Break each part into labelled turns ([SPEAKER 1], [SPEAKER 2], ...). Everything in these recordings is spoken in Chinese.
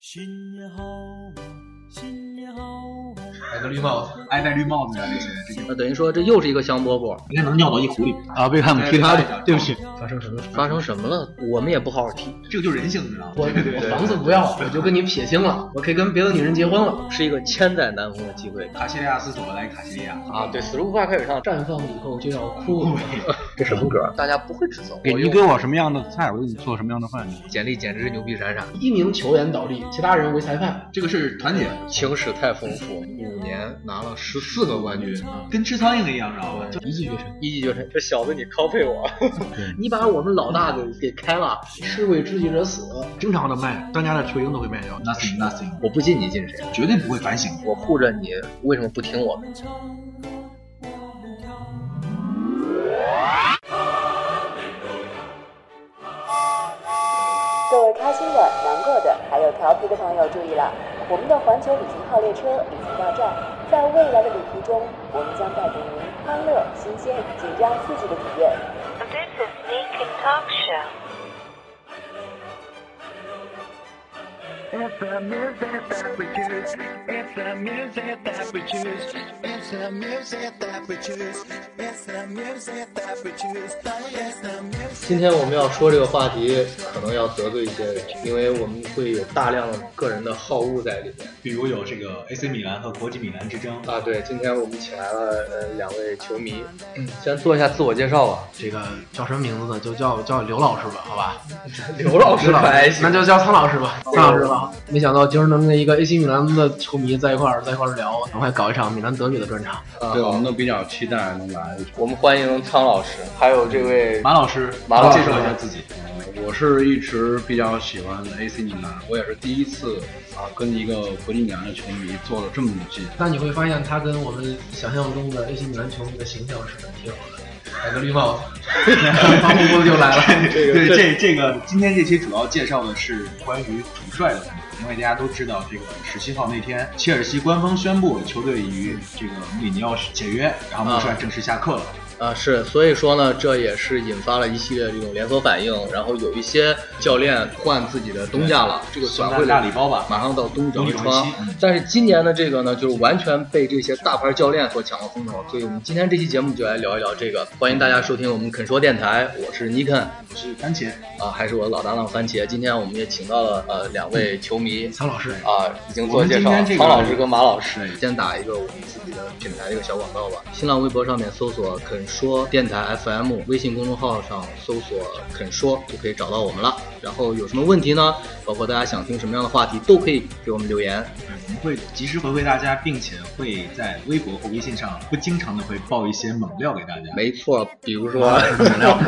[SPEAKER 1] 新年好吗？新年好吗？
[SPEAKER 2] 戴个绿帽子，爱戴绿帽子呀，这些这些
[SPEAKER 3] 那啊等于说这又是一个香饽饽，
[SPEAKER 2] 应该能尿到一壶里。
[SPEAKER 4] 啊，贝克汉
[SPEAKER 5] 哎
[SPEAKER 4] 姆踢他的，对不起，
[SPEAKER 5] 发生什么事？
[SPEAKER 3] 发生什么了？我们也不好好提。
[SPEAKER 2] 这个就是人性，你知道吗？
[SPEAKER 5] 我我房子不要了，
[SPEAKER 3] 我就跟你撇清了，我可以跟别的女人结婚了，是一个千载难逢的机会
[SPEAKER 2] 卡西利亚斯走来卡西利亚
[SPEAKER 3] 啊！对，死路不怕开水烫，
[SPEAKER 5] 绽放以后就要枯萎。
[SPEAKER 3] 这什么歌？大家不会指责我。
[SPEAKER 4] 给你
[SPEAKER 3] 用
[SPEAKER 4] 给我什么样的菜，我给你做什么样的饭。
[SPEAKER 3] 简历简直是牛逼闪闪，
[SPEAKER 5] 一名球员倒地，其他人为裁判。
[SPEAKER 2] 这个是团结，
[SPEAKER 3] 情史太丰富，五年拿了十四个冠军，
[SPEAKER 2] 跟吃苍嗯蝇一样，知道吧？就
[SPEAKER 5] 一骑绝尘，
[SPEAKER 3] 一骑绝尘。这小子你 copy 我，你把我们老大给给开了，
[SPEAKER 5] 士为知己者死。
[SPEAKER 4] 经常的卖，当家的球星都会卖掉。
[SPEAKER 2] nothing nothing，
[SPEAKER 3] 我不信你进谁，
[SPEAKER 2] 绝对不会反省。
[SPEAKER 3] 我护着你，为什么不听我们？
[SPEAKER 6] 各位开心的、难过的，还有调皮的朋友注意了，我们的环球旅行号列车已经到站，在未来的旅途中，我们将带给您欢乐、新鲜、紧张、刺激的体验。
[SPEAKER 7] This is Nick and Talk Show.
[SPEAKER 8] It's the music that we choose. It's the music that we choose. It's the music that we choose. It's the music that we choose. It's the music.
[SPEAKER 3] 今天我们要说这个话题，可能要得罪一些人，因为我们会有大量的个人的好恶在里面
[SPEAKER 2] 比如有这个 AC 米兰和国际米兰之争，
[SPEAKER 3] 啊。对，今天我们请来了呃两位球迷，先做一下自我介绍吧。
[SPEAKER 5] 这个叫什么名字的？就叫叫刘老师吧，好 吧？
[SPEAKER 3] 刘老师还
[SPEAKER 5] 那
[SPEAKER 3] 行，
[SPEAKER 5] 就叫苍老师吧，苍老师吧。没想到今儿能跟一个 AC 米兰的球迷在一块儿在一块儿聊，赶快搞一场米兰德比的专场。
[SPEAKER 3] 啊
[SPEAKER 4] 对，我们都比较期待能来。
[SPEAKER 3] 我们欢迎苍老师，还有这位
[SPEAKER 2] 马老师，
[SPEAKER 3] 马老师
[SPEAKER 2] 介绍一下自己。
[SPEAKER 4] 呃我是一直比较喜欢 AC 米兰，我也是第一次啊跟一个国际米兰的球迷做了这么近。
[SPEAKER 5] 那你会发现，他跟我们想象中的 AC 米兰球迷的形象是很贴合的。戴个绿帽 子，防护锅就来了。
[SPEAKER 2] 对，这这个今天这期主要介绍的是关于主帅的问题，因为大家都知道，这个十七号那天，切尔西官方宣布球队与这个穆里尼奥解约，然后穆帅正式下课了。
[SPEAKER 3] 啊，是，所以说呢，这也是引发了一系列这种连锁反应，然后有一些教练换自己的东家了，这个转会
[SPEAKER 2] 送大礼包吧
[SPEAKER 3] 马上到东
[SPEAKER 2] 东
[SPEAKER 3] 转会
[SPEAKER 2] 转
[SPEAKER 3] 窗
[SPEAKER 2] 期嗯，
[SPEAKER 3] 但是今年的这个呢，就是完全被这些大牌教练所抢了风头，所以我们今天这期节目就来聊一聊这个，欢迎大家收听我们肯说电台，我是尼肯
[SPEAKER 2] 我是番茄，
[SPEAKER 3] 啊，还是我的老搭档番茄，今天我们也请到了呃两位球迷。
[SPEAKER 5] 苍老师，
[SPEAKER 3] 啊，已经做介绍
[SPEAKER 2] 我
[SPEAKER 3] 了
[SPEAKER 2] 们今天这。个
[SPEAKER 3] 唐老师跟马老师
[SPEAKER 2] 对
[SPEAKER 3] 先打一个我们自己的品牌的一个小广告吧。新浪微博上面搜索“肯说电台 FM”，微信公众号上搜索“肯说”就可以找到我们了。然后有什么问题呢？包括大家想听什么样的话题，都可以给我们留言。
[SPEAKER 2] 我们会及时回馈大家，并且会在微博或微信上不经常的会爆一些猛料给大家。
[SPEAKER 3] 没错，比如说，
[SPEAKER 2] 猛料，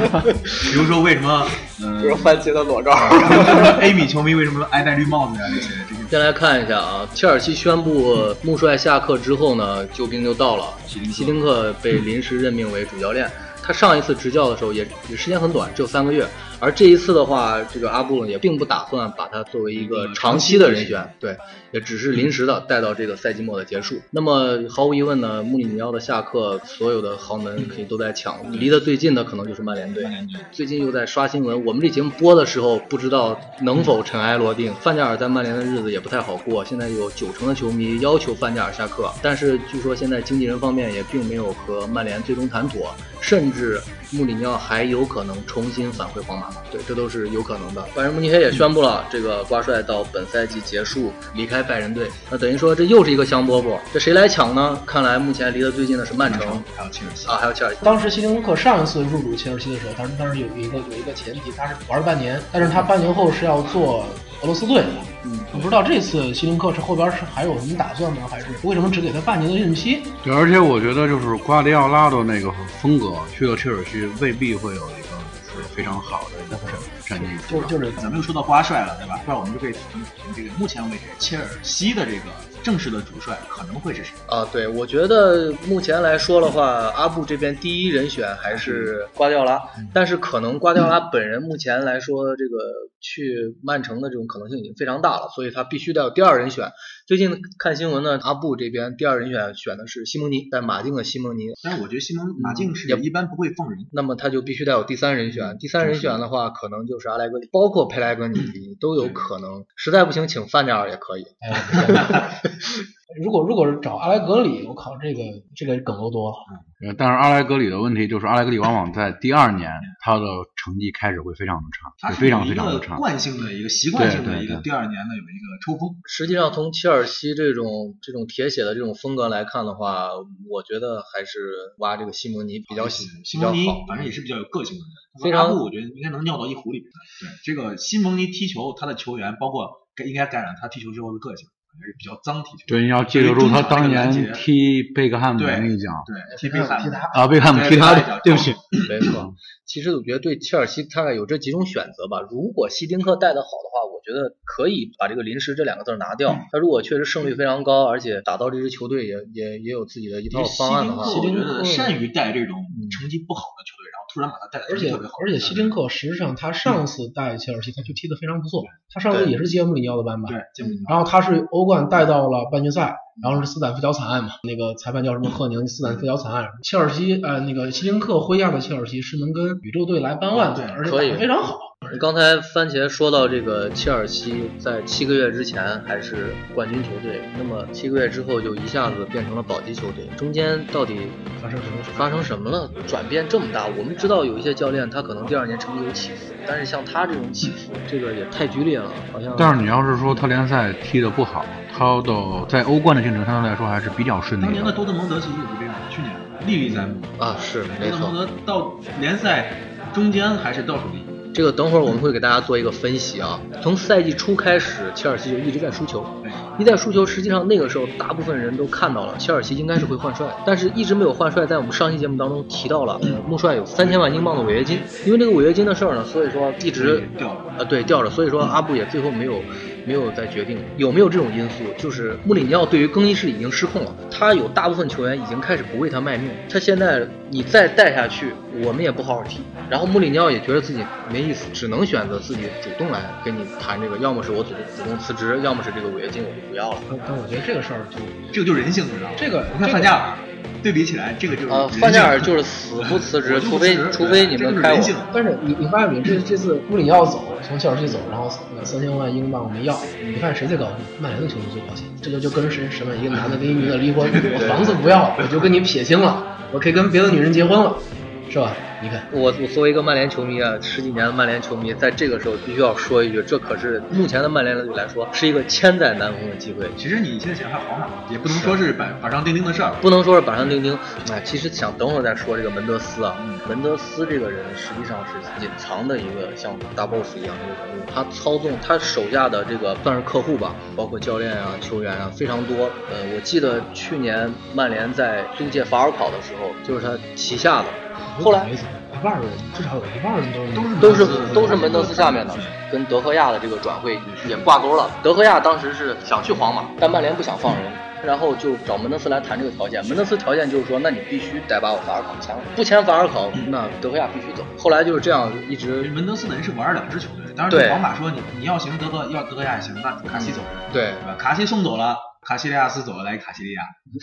[SPEAKER 2] 比如说为什么，嗯、
[SPEAKER 3] 比如番茄的 裸照。
[SPEAKER 2] a 米球迷为什么爱戴绿帽子呀？这些这些
[SPEAKER 3] 先来看一下啊，切尔西宣布穆帅下课之后呢，救兵就到了，
[SPEAKER 2] 希林克
[SPEAKER 3] 希丁克被临时任命为主教练。他上一次执教的时候也也时间很短，只有三个月，而这一次的话，这个阿布也并不打算把他作为一个嗯长期的人选，对，也只是临时的带到这个赛季末的结束。那么毫无疑问呢，穆里尼奥的下课，所有的豪门肯定都在抢，离得最近的可能嗯就是曼联队。最近又在刷新闻，我们这节目播的时候，不知道能否尘埃落定。范加尔在曼联的日子也不太好过，现在有九成的球迷要求范加尔下课，但是据说现在经纪人方面也并没有和曼联最终谈妥，甚至穆里尼奥还有可能重新返回皇马。对，这都是有可能的。拜仁慕尼黑也宣布了，这个瓜帅到本赛季结束离开拜仁队，那等于说这又是一个香饽饽，这谁来抢呢？看来目前离得最近的是曼城
[SPEAKER 2] 还有切尔西
[SPEAKER 3] 啊，还有切尔西。
[SPEAKER 5] 当时希丁克上一次入主切尔西的时候，当时当时有一个有一个前提，他是玩了半年，但是他半年后是要做俄罗斯队的。嗯，我不知道这次希丁克是后边是还有什么打算吗？还是为什么只给他半年的任期？
[SPEAKER 4] 对，而且我觉得就是瓜迪奥拉的那个风格，去到切尔西未必会有一个就是非常好的一个战战绩出
[SPEAKER 5] 就
[SPEAKER 4] 来。
[SPEAKER 5] 就是
[SPEAKER 2] 咱们又说到瓜帅了，对吧？那我们就可以从从这个目前为止切尔西的这个正式的主帅可能会是谁？
[SPEAKER 3] 啊，对，我觉得目前来说的话，阿布这边第一人选还是瓜迪奥拉，但是可能瓜迪奥拉本人目前来说，这个去曼城的这种可能性已经非常大了，所以他必须得有第二人选。最近看新闻呢，阿布这边第二人选选的是西蒙尼，在马竞的西蒙尼，
[SPEAKER 2] 但是我觉得西蒙马竞是
[SPEAKER 3] 也
[SPEAKER 2] 一般不会放人，
[SPEAKER 3] 那么他就必须得有第三人选。第三人选的话，可能就就是阿莱格里，包括佩莱格里尼都有可能。实在不行，请范加尔也可以。
[SPEAKER 5] 哎呀，我的天哪如果如果是找阿莱格里，我靠，这个这个梗都多了。
[SPEAKER 4] 呃但是阿莱格里的问题就是，阿莱格里往往在第二年他的成绩开始会非常的
[SPEAKER 2] 它
[SPEAKER 4] 差，
[SPEAKER 2] 是
[SPEAKER 4] 会非常
[SPEAKER 2] 有一
[SPEAKER 4] 非常
[SPEAKER 2] 个
[SPEAKER 4] 的差。
[SPEAKER 2] 惯性的一个习惯性的
[SPEAKER 4] 对
[SPEAKER 2] 一个
[SPEAKER 4] 对
[SPEAKER 2] 第二年的有一个抽风，
[SPEAKER 3] 实际上，从切尔西这种这种铁血的这种风格来看的话，我觉得还是挖这个西蒙尼比较喜
[SPEAKER 2] 西
[SPEAKER 3] 比较
[SPEAKER 2] 蒙尼
[SPEAKER 3] 好。
[SPEAKER 2] 反正也是比较有个性的人，
[SPEAKER 3] 非常
[SPEAKER 2] 阿布我觉得应该能尿到一壶里面来。对，这个西蒙尼踢球，他的球员包括该应该感染他踢球之后的个性，还是比较脏踢球。
[SPEAKER 4] 对，你要借助住他当年踢贝克汉姆
[SPEAKER 2] 对
[SPEAKER 4] 那一脚
[SPEAKER 2] 对，踢贝克汉
[SPEAKER 5] 踢
[SPEAKER 2] 姆
[SPEAKER 5] 他
[SPEAKER 4] 啊，贝克汉姆踢他的，对不起，
[SPEAKER 3] 没错，其实我觉得对切尔西大概有这几种选择吧。如果希丁克带的好的话，我觉得可以把这个临时这两个字儿拿
[SPEAKER 2] 嗯
[SPEAKER 3] 掉。他如果确实胜率非常高，而且打造这支球队也也也有自己的一套
[SPEAKER 2] 因为希
[SPEAKER 3] 方案
[SPEAKER 2] 丁
[SPEAKER 3] 的
[SPEAKER 2] 克
[SPEAKER 3] 话，
[SPEAKER 2] 我觉得善于带这种
[SPEAKER 3] 嗯
[SPEAKER 2] 成绩不好的球队，然后突然把他带的
[SPEAKER 5] 而且
[SPEAKER 2] 特别好，
[SPEAKER 5] 而且希丁克实际上他上次带切尔西，他就踢得非常不错。他上次也是接穆里尼奥的班吧？
[SPEAKER 2] 对，进
[SPEAKER 3] 嗯
[SPEAKER 2] 不进
[SPEAKER 5] 然后他是欧冠带到了半决赛，然后是斯坦福桥惨案嘛，那个裁判叫什么赫宁，斯坦福桥惨案。切尔西呃，那个希丁克麾下的切尔西是能跟宇宙队来扳腕的，
[SPEAKER 2] 对
[SPEAKER 5] 而且
[SPEAKER 3] 可以
[SPEAKER 5] 打得非常好。
[SPEAKER 3] 刚才番茄说到这个切尔西在七个月之前还是冠军球队，那么七个月之后就一下子变成了保级球队，中间到底
[SPEAKER 5] 发生什么事？
[SPEAKER 3] 发生什么了？转变这么大，我们知道有一些教练他可能第二年成绩有起伏，但是像他这种起伏，这个也太剧烈了，好像。
[SPEAKER 4] 但是你要是说他联赛踢得不好，他的在欧冠的进程相对来说还是比较顺
[SPEAKER 2] 当
[SPEAKER 4] 利
[SPEAKER 2] 年的
[SPEAKER 4] 的。
[SPEAKER 2] 多特蒙德其实也是这样，去年历历在目。
[SPEAKER 3] 啊，是没
[SPEAKER 2] 多特蒙
[SPEAKER 3] 错，
[SPEAKER 2] 德到联赛中间还是倒数第一，
[SPEAKER 3] 这个等会儿我们会给大家做一个分析啊。从赛季初开始，切尔西就一直在输球，
[SPEAKER 2] 对，
[SPEAKER 3] 一旦输球，实际上那个时候大部分人都看到了，切尔西应该是会换帅，但是一直没有换帅。在我们上期节目当中提到了，呃穆帅有三千万英镑的违约金，因为这个违约金的事儿呢，所以说一直
[SPEAKER 2] 掉了。
[SPEAKER 3] 呃对吊着，所以说阿布也最后没有没有再决定有没有这种因素，就是穆里尼奥对于更衣室已经失控了，他有大部分球员已经开始不为他卖命，他现在你再带下去，我们也不好好踢。然后穆里尼奥也觉得自己没意思，只能选择自己主动来跟你谈这个，要么是我主动主动辞职，要么是这个违约金我就不要了。
[SPEAKER 5] 但但我觉得这个事儿就
[SPEAKER 2] 这个就是人性，你知道吗？
[SPEAKER 5] 这个
[SPEAKER 2] 你看范加尔对比起来，这个就是
[SPEAKER 3] 呃，
[SPEAKER 2] 人性
[SPEAKER 3] 范加尔就是死不辞
[SPEAKER 2] 我
[SPEAKER 3] 职，
[SPEAKER 2] 就
[SPEAKER 3] 除
[SPEAKER 2] 不
[SPEAKER 3] 非
[SPEAKER 2] 辞职
[SPEAKER 3] 除非你
[SPEAKER 2] 这
[SPEAKER 3] 们开
[SPEAKER 2] 就
[SPEAKER 3] 我
[SPEAKER 2] 是人。性
[SPEAKER 5] 但是你你发现没？这这次穆里尼奥走，从切尔西走，然后三千万英镑没要，你看谁最高兴？曼联的球迷最高兴，这就就跟谁什么一个男的跟一女的离婚，我房子不要了，我就跟你撇清了，我可以跟别的女人结婚了，是吧？你看，
[SPEAKER 3] 我我作为一个曼联球迷啊，十几年的曼联球迷，在这个时候必须要说一句，这可是目前的曼联来说是一个千载难逢的机会，
[SPEAKER 2] 其实你现在想看皇马，也不能说是板板上钉钉的事儿。
[SPEAKER 3] 不能说是板上钉钉。哎，其实想等会儿再说这个门德斯啊，门德斯这个人实际上是隐藏的一个像大 boss 一样的一个人物，他操纵他手下的这个算是客户吧，包括教练啊、球员啊非常多。呃，我记得去年曼联在租借法尔考的时候，就是他旗下的，后来
[SPEAKER 5] 没怎么样一半儿人至少有一半儿人都是
[SPEAKER 3] 都是都是门德斯下面的，跟德赫亚的这个转会也挂钩了。德赫亚当时是想去皇马，但曼联不想放人，然后就找门德斯来谈这个条件。门德斯条件就是说，那你必须得把我法尔考签了，不签法尔考，那德赫亚必须走。后来就是这样一直
[SPEAKER 2] 门德斯等于是玩两支球队，当然
[SPEAKER 3] 对
[SPEAKER 2] 对皇马说你你要行德赫要德赫亚也行，那卡西走，
[SPEAKER 3] 对，
[SPEAKER 2] 对吧？卡西送走了，卡西利亚斯走了，来卡西利亚，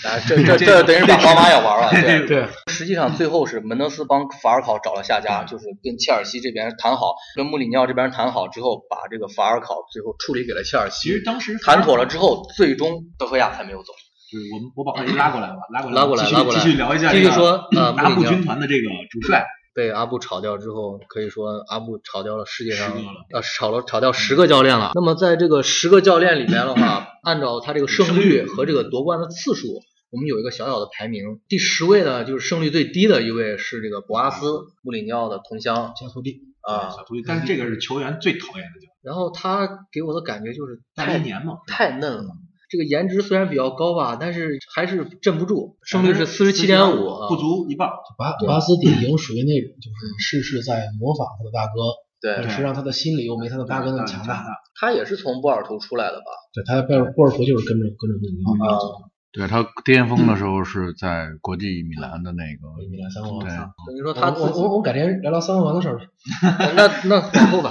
[SPEAKER 3] 啊，这这这等于是把皇马也玩 了。哦对，
[SPEAKER 2] 对，
[SPEAKER 3] 实际上最后是门德斯帮法尔考找了下家，就是跟切尔西这边谈好，跟穆里尼奥这边谈好之后，把这个法尔考最后处理给了切尔
[SPEAKER 2] 其
[SPEAKER 3] 西
[SPEAKER 2] 实。当时
[SPEAKER 3] 谈妥了之后，最终德赫亚才没有走。
[SPEAKER 2] 就是我们我把话题拉过来吧，拉过来，
[SPEAKER 3] 拉过来
[SPEAKER 2] 继续
[SPEAKER 3] 拉过来
[SPEAKER 2] 继续聊一下，
[SPEAKER 3] 继续说呃
[SPEAKER 2] 阿
[SPEAKER 3] 穆
[SPEAKER 2] 布
[SPEAKER 3] 里尼奥
[SPEAKER 2] 军团的这个主帅，
[SPEAKER 3] 被阿布炒掉之后，可以说阿布炒掉了世界上
[SPEAKER 2] 十个了
[SPEAKER 3] 呃炒了炒掉十个教练了。那么在这个十个教练里面的话，按照他这个胜率和这个夺冠的次数，我们有一个小小的排名。第十位呢，就是胜率最低的一位是这个博阿斯，穆里尼奥的同乡
[SPEAKER 5] 加徒弟，
[SPEAKER 3] 啊。
[SPEAKER 2] 小徒弟，但是这个是球员最讨厌的教练，
[SPEAKER 3] 然后他给我的感觉就是
[SPEAKER 2] 带了
[SPEAKER 3] 太
[SPEAKER 2] 一年嘛，
[SPEAKER 3] 太嫩了。这个颜值虽然比较高吧，但是还是镇不住，胜率是四十七点
[SPEAKER 2] 47.5
[SPEAKER 3] 五，啊
[SPEAKER 2] 不足一半儿。
[SPEAKER 5] 巴巴斯典型属于那种就是事事在模仿他的大哥，
[SPEAKER 3] 对
[SPEAKER 5] 但实际上他的心理又没他的大哥那么强
[SPEAKER 2] 强
[SPEAKER 5] 大。
[SPEAKER 2] 大。
[SPEAKER 3] 他也是从波尔图出来的吧？
[SPEAKER 5] 对，他贝尔霍尔福就是跟着跟着穆里尼奥
[SPEAKER 3] 啊、
[SPEAKER 4] 对他巅峰的时候是在国际米兰的那个，
[SPEAKER 5] 米兰三国王。
[SPEAKER 4] 对，
[SPEAKER 3] 等于说他自
[SPEAKER 5] 我我
[SPEAKER 3] 己，
[SPEAKER 5] 我我改天聊聊三国王的事儿吧。
[SPEAKER 3] 那那往后吧。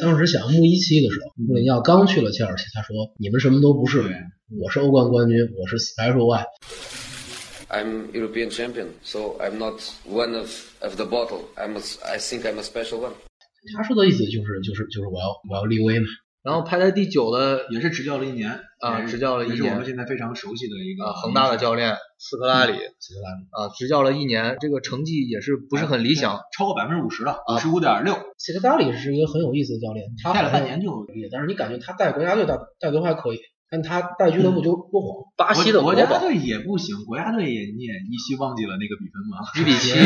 [SPEAKER 5] 当时想穆一期的时
[SPEAKER 3] 嗯
[SPEAKER 5] 候，穆里尼奥刚去了切尔西，他说：“你们什么都不是
[SPEAKER 2] 对，
[SPEAKER 5] 我是欧冠冠军，我是 special one。
[SPEAKER 9] I'm European champion, so I'm not one of, of the bottle. I'm a, I think I'm a special one.
[SPEAKER 5] 他说的意思就是就是就是我要我要立威嘛。
[SPEAKER 3] 然后排在第九的
[SPEAKER 2] 也是执教了一年
[SPEAKER 3] 啊
[SPEAKER 2] 也是
[SPEAKER 3] 执教了一
[SPEAKER 2] 也是我们
[SPEAKER 3] 年
[SPEAKER 2] 现在非常熟悉的一个
[SPEAKER 3] 呃恒大的教练斯科拉里
[SPEAKER 5] 嗯斯科拉里
[SPEAKER 3] 啊，执教了一年，这个成绩也是不是很理想。
[SPEAKER 2] 超过百分之五十了，
[SPEAKER 3] 啊
[SPEAKER 2] 五十五点六，
[SPEAKER 5] 斯科拉里是一个很有意思的教练，他
[SPEAKER 2] 带了半
[SPEAKER 5] 好像
[SPEAKER 2] 年就。
[SPEAKER 5] 也，但是你感觉他带国家队带带队还可以，但他带俱乐部就不火。
[SPEAKER 3] 巴西的
[SPEAKER 2] 国
[SPEAKER 3] 国
[SPEAKER 2] 家
[SPEAKER 3] 宝
[SPEAKER 2] 队也不行，国家队也你也依稀忘记了那个比分吗？
[SPEAKER 3] 一比七。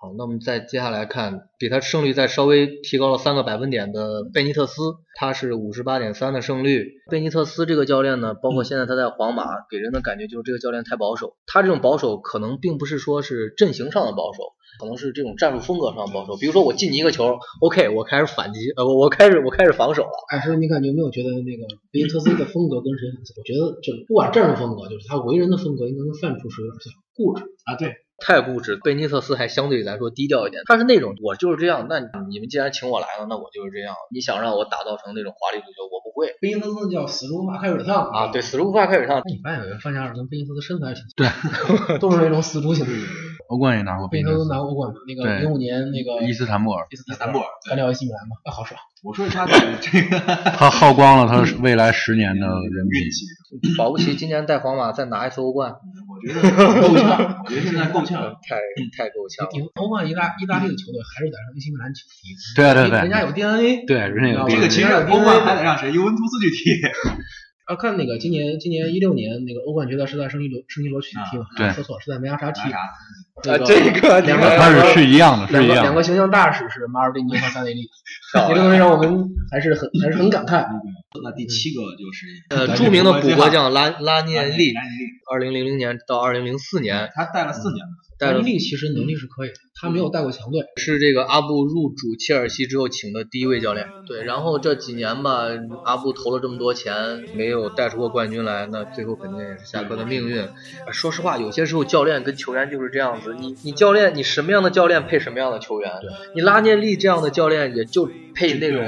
[SPEAKER 3] 好，那我们再接下来看，比他胜率再稍微提高了三个百分点的贝尼特斯，他是五十八点三的胜率。贝尼特斯这个教练呢，包括现在他在皇马，给人的感觉就是这个教练太保守。他这种保守可能并不是说是阵型上的保守。可能是这种战术风格上的保守，比如说我进你一个球，OK，我开始反击，呃，我我开始我开始防守了，
[SPEAKER 5] 艾哎生，你感觉有没有觉得那个贝因特斯的风格跟谁很像？我觉得就是不管战术风格，就是他为人的风格，应该跟范厨师有点像，固执。
[SPEAKER 2] 啊，对，
[SPEAKER 3] 太固执。贝尼特斯还相对来说低调一点，他是那种我就是这样，那你们既然请我来了，那我就是这样。你想让我打造成那种华丽足球，我不会。
[SPEAKER 5] 贝因特斯叫死猪马开水烫
[SPEAKER 3] 啊，对，死猪快开始上，
[SPEAKER 5] 那你发现没有，范加尔跟贝因特斯身材挺像，对， 都是那种死猪型的。
[SPEAKER 4] 欧冠也拿过
[SPEAKER 5] 贝
[SPEAKER 4] 贝
[SPEAKER 5] 因
[SPEAKER 4] 内
[SPEAKER 5] 特斯
[SPEAKER 4] 斯
[SPEAKER 5] 拿过欧冠嘛？那个
[SPEAKER 4] 对
[SPEAKER 5] 零五年那个
[SPEAKER 4] 伊斯坦布尔，
[SPEAKER 5] 伊斯
[SPEAKER 2] 坦布尔
[SPEAKER 5] 干掉 AC 米兰嘛，那好啊爽。
[SPEAKER 2] 我说他的这个
[SPEAKER 4] 他耗光了他未来十年的人民
[SPEAKER 2] 运气，
[SPEAKER 3] 保不齐今年带皇马再拿一次欧冠，
[SPEAKER 2] 我觉得够呛，我觉得现在够呛。
[SPEAKER 3] 太太够呛了。
[SPEAKER 5] 你欧冠意大意大利的球队还是得让 AC 米兰去踢，
[SPEAKER 4] 对啊对对，
[SPEAKER 5] 人家有 DNA。
[SPEAKER 4] 对人家有
[SPEAKER 5] 这
[SPEAKER 2] 啊这个其实欧冠还得让谁？尤文图斯去踢。
[SPEAKER 5] 啊，看那个今年今年一六年那个欧冠决赛是在圣西罗圣西罗去踢嘛？
[SPEAKER 4] 对
[SPEAKER 5] 说错了，是在梅阿查踢
[SPEAKER 2] 拿。啥？
[SPEAKER 5] 那
[SPEAKER 3] 啊这个
[SPEAKER 5] 两
[SPEAKER 3] 你们
[SPEAKER 5] 个
[SPEAKER 4] 他是是一样的，
[SPEAKER 5] 两
[SPEAKER 4] 是一
[SPEAKER 5] 个
[SPEAKER 4] 样
[SPEAKER 5] 两
[SPEAKER 4] 的。
[SPEAKER 5] 个形象大使是马尔蒂尼和 萨内利，
[SPEAKER 3] 漂
[SPEAKER 5] 这
[SPEAKER 3] 亮
[SPEAKER 5] 个东西让我们还是很还是很感
[SPEAKER 3] 嗯
[SPEAKER 5] 慨。
[SPEAKER 2] 那第七个就是
[SPEAKER 3] 呃，著名的补国将拉拉涅利，
[SPEAKER 2] 南利，
[SPEAKER 3] 二零零零年到二零零四年
[SPEAKER 2] 他带了四年了。
[SPEAKER 3] 带
[SPEAKER 5] 萨内
[SPEAKER 3] 了
[SPEAKER 5] 利其实能力是可以的，他没有带过强队，
[SPEAKER 3] 是这个阿布入主切尔西之后请的第一位教练。对，然后这几年吧，阿布投了这么多钱，没有带出过冠军来，那最后肯定也是下课的命运。呃说实话，有些时候教练跟球员就是这样子，你你教练你什么样的教练配什么样的球员，你拉涅利这样的教练也就配那种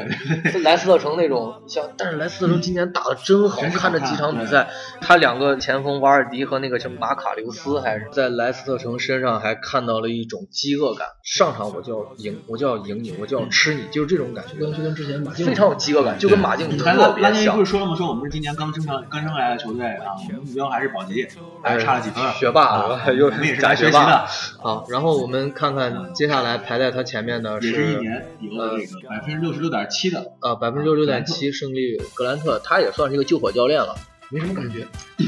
[SPEAKER 3] 莱斯特城那种像，但是莱斯特城今年打的真好，
[SPEAKER 2] 真是好看
[SPEAKER 3] 看着几场比赛，他两个前锋瓦尔迪和那个什么马卡留斯，还是在莱斯特城身上还看到了一种饥饿感，上场我就要赢，我就要赢你，我就要吃你，就是这种感
[SPEAKER 5] 就
[SPEAKER 3] 觉
[SPEAKER 5] 跟，就跟之前马竞
[SPEAKER 3] 非常有饥饿感，就跟马竞
[SPEAKER 2] 还拉
[SPEAKER 3] 特
[SPEAKER 2] 拉
[SPEAKER 3] 别
[SPEAKER 2] 涅利不
[SPEAKER 3] 像
[SPEAKER 2] 是，说了吗？说我们是今年刚升上刚升来的球队啊，我们目标还是保级，还是差了几分。
[SPEAKER 3] 学霸
[SPEAKER 2] 啊
[SPEAKER 3] 又
[SPEAKER 2] 我们也是
[SPEAKER 3] 假
[SPEAKER 2] 来
[SPEAKER 3] 学
[SPEAKER 2] 学习
[SPEAKER 3] 霸
[SPEAKER 2] 的，
[SPEAKER 3] 好，然后我们看看接下来排在他前面的
[SPEAKER 2] 也
[SPEAKER 3] 是
[SPEAKER 2] 是一年有了这个百分之六十六点七的，
[SPEAKER 3] 呃百分之六十六点七胜率格兰特，他也算是一个救火教练了。
[SPEAKER 5] 没什么感觉。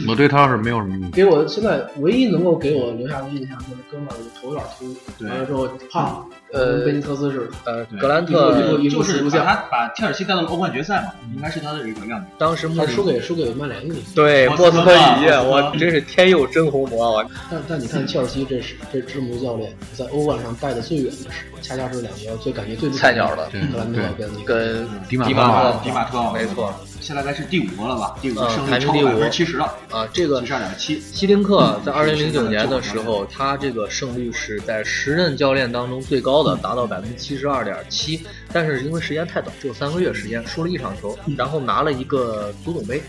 [SPEAKER 4] 我对他是没有什么印象。
[SPEAKER 5] 给我现在唯一能够给我留下的印象就是哥们儿头有点秃，
[SPEAKER 2] 对
[SPEAKER 5] 完了之后胖，
[SPEAKER 3] 呃
[SPEAKER 5] 跟贝尼特斯似的。
[SPEAKER 3] 呃，
[SPEAKER 2] 对
[SPEAKER 3] 格兰
[SPEAKER 5] 一
[SPEAKER 3] 特
[SPEAKER 5] 路一
[SPEAKER 2] 就
[SPEAKER 5] 路
[SPEAKER 2] 是
[SPEAKER 5] 一路
[SPEAKER 2] 把
[SPEAKER 5] 下
[SPEAKER 2] 他把切尔西带到了欧冠决赛嘛，应该是他的这个亮点。
[SPEAKER 3] 当时
[SPEAKER 5] 他
[SPEAKER 3] 穆里
[SPEAKER 5] 输给输给曼联那一次，
[SPEAKER 3] 对
[SPEAKER 2] 莫
[SPEAKER 3] 莫斯
[SPEAKER 2] 斯
[SPEAKER 3] 科
[SPEAKER 2] 科
[SPEAKER 3] 里耶，
[SPEAKER 2] 莫斯科
[SPEAKER 3] 我真是天佑真红魔啊！
[SPEAKER 5] 但但你看切尔西这是这支母教练在欧冠上带的最远的是，恰恰是两个最感觉最不
[SPEAKER 3] 菜鸟的
[SPEAKER 5] 格兰特跟那个
[SPEAKER 3] 跟
[SPEAKER 4] 嗯迪马
[SPEAKER 3] 马
[SPEAKER 4] 特
[SPEAKER 3] 特
[SPEAKER 2] 迪马特
[SPEAKER 3] 没错
[SPEAKER 2] 现在该是第五个了吧？第五
[SPEAKER 3] 嗯
[SPEAKER 2] 个胜
[SPEAKER 3] 排
[SPEAKER 2] 率
[SPEAKER 3] 名
[SPEAKER 2] 超
[SPEAKER 3] 第
[SPEAKER 2] 过百
[SPEAKER 3] 五
[SPEAKER 2] 分之七十了，
[SPEAKER 3] 啊，这个
[SPEAKER 2] 七十二点七。
[SPEAKER 3] 希林克在二零零九年的时候，他这个胜率是在时任教练当中最高的，达到百分之七十二点七。但是因为时间太短，只有三个月时间，输了一场球，
[SPEAKER 2] 嗯
[SPEAKER 3] 然后拿了一个足总杯，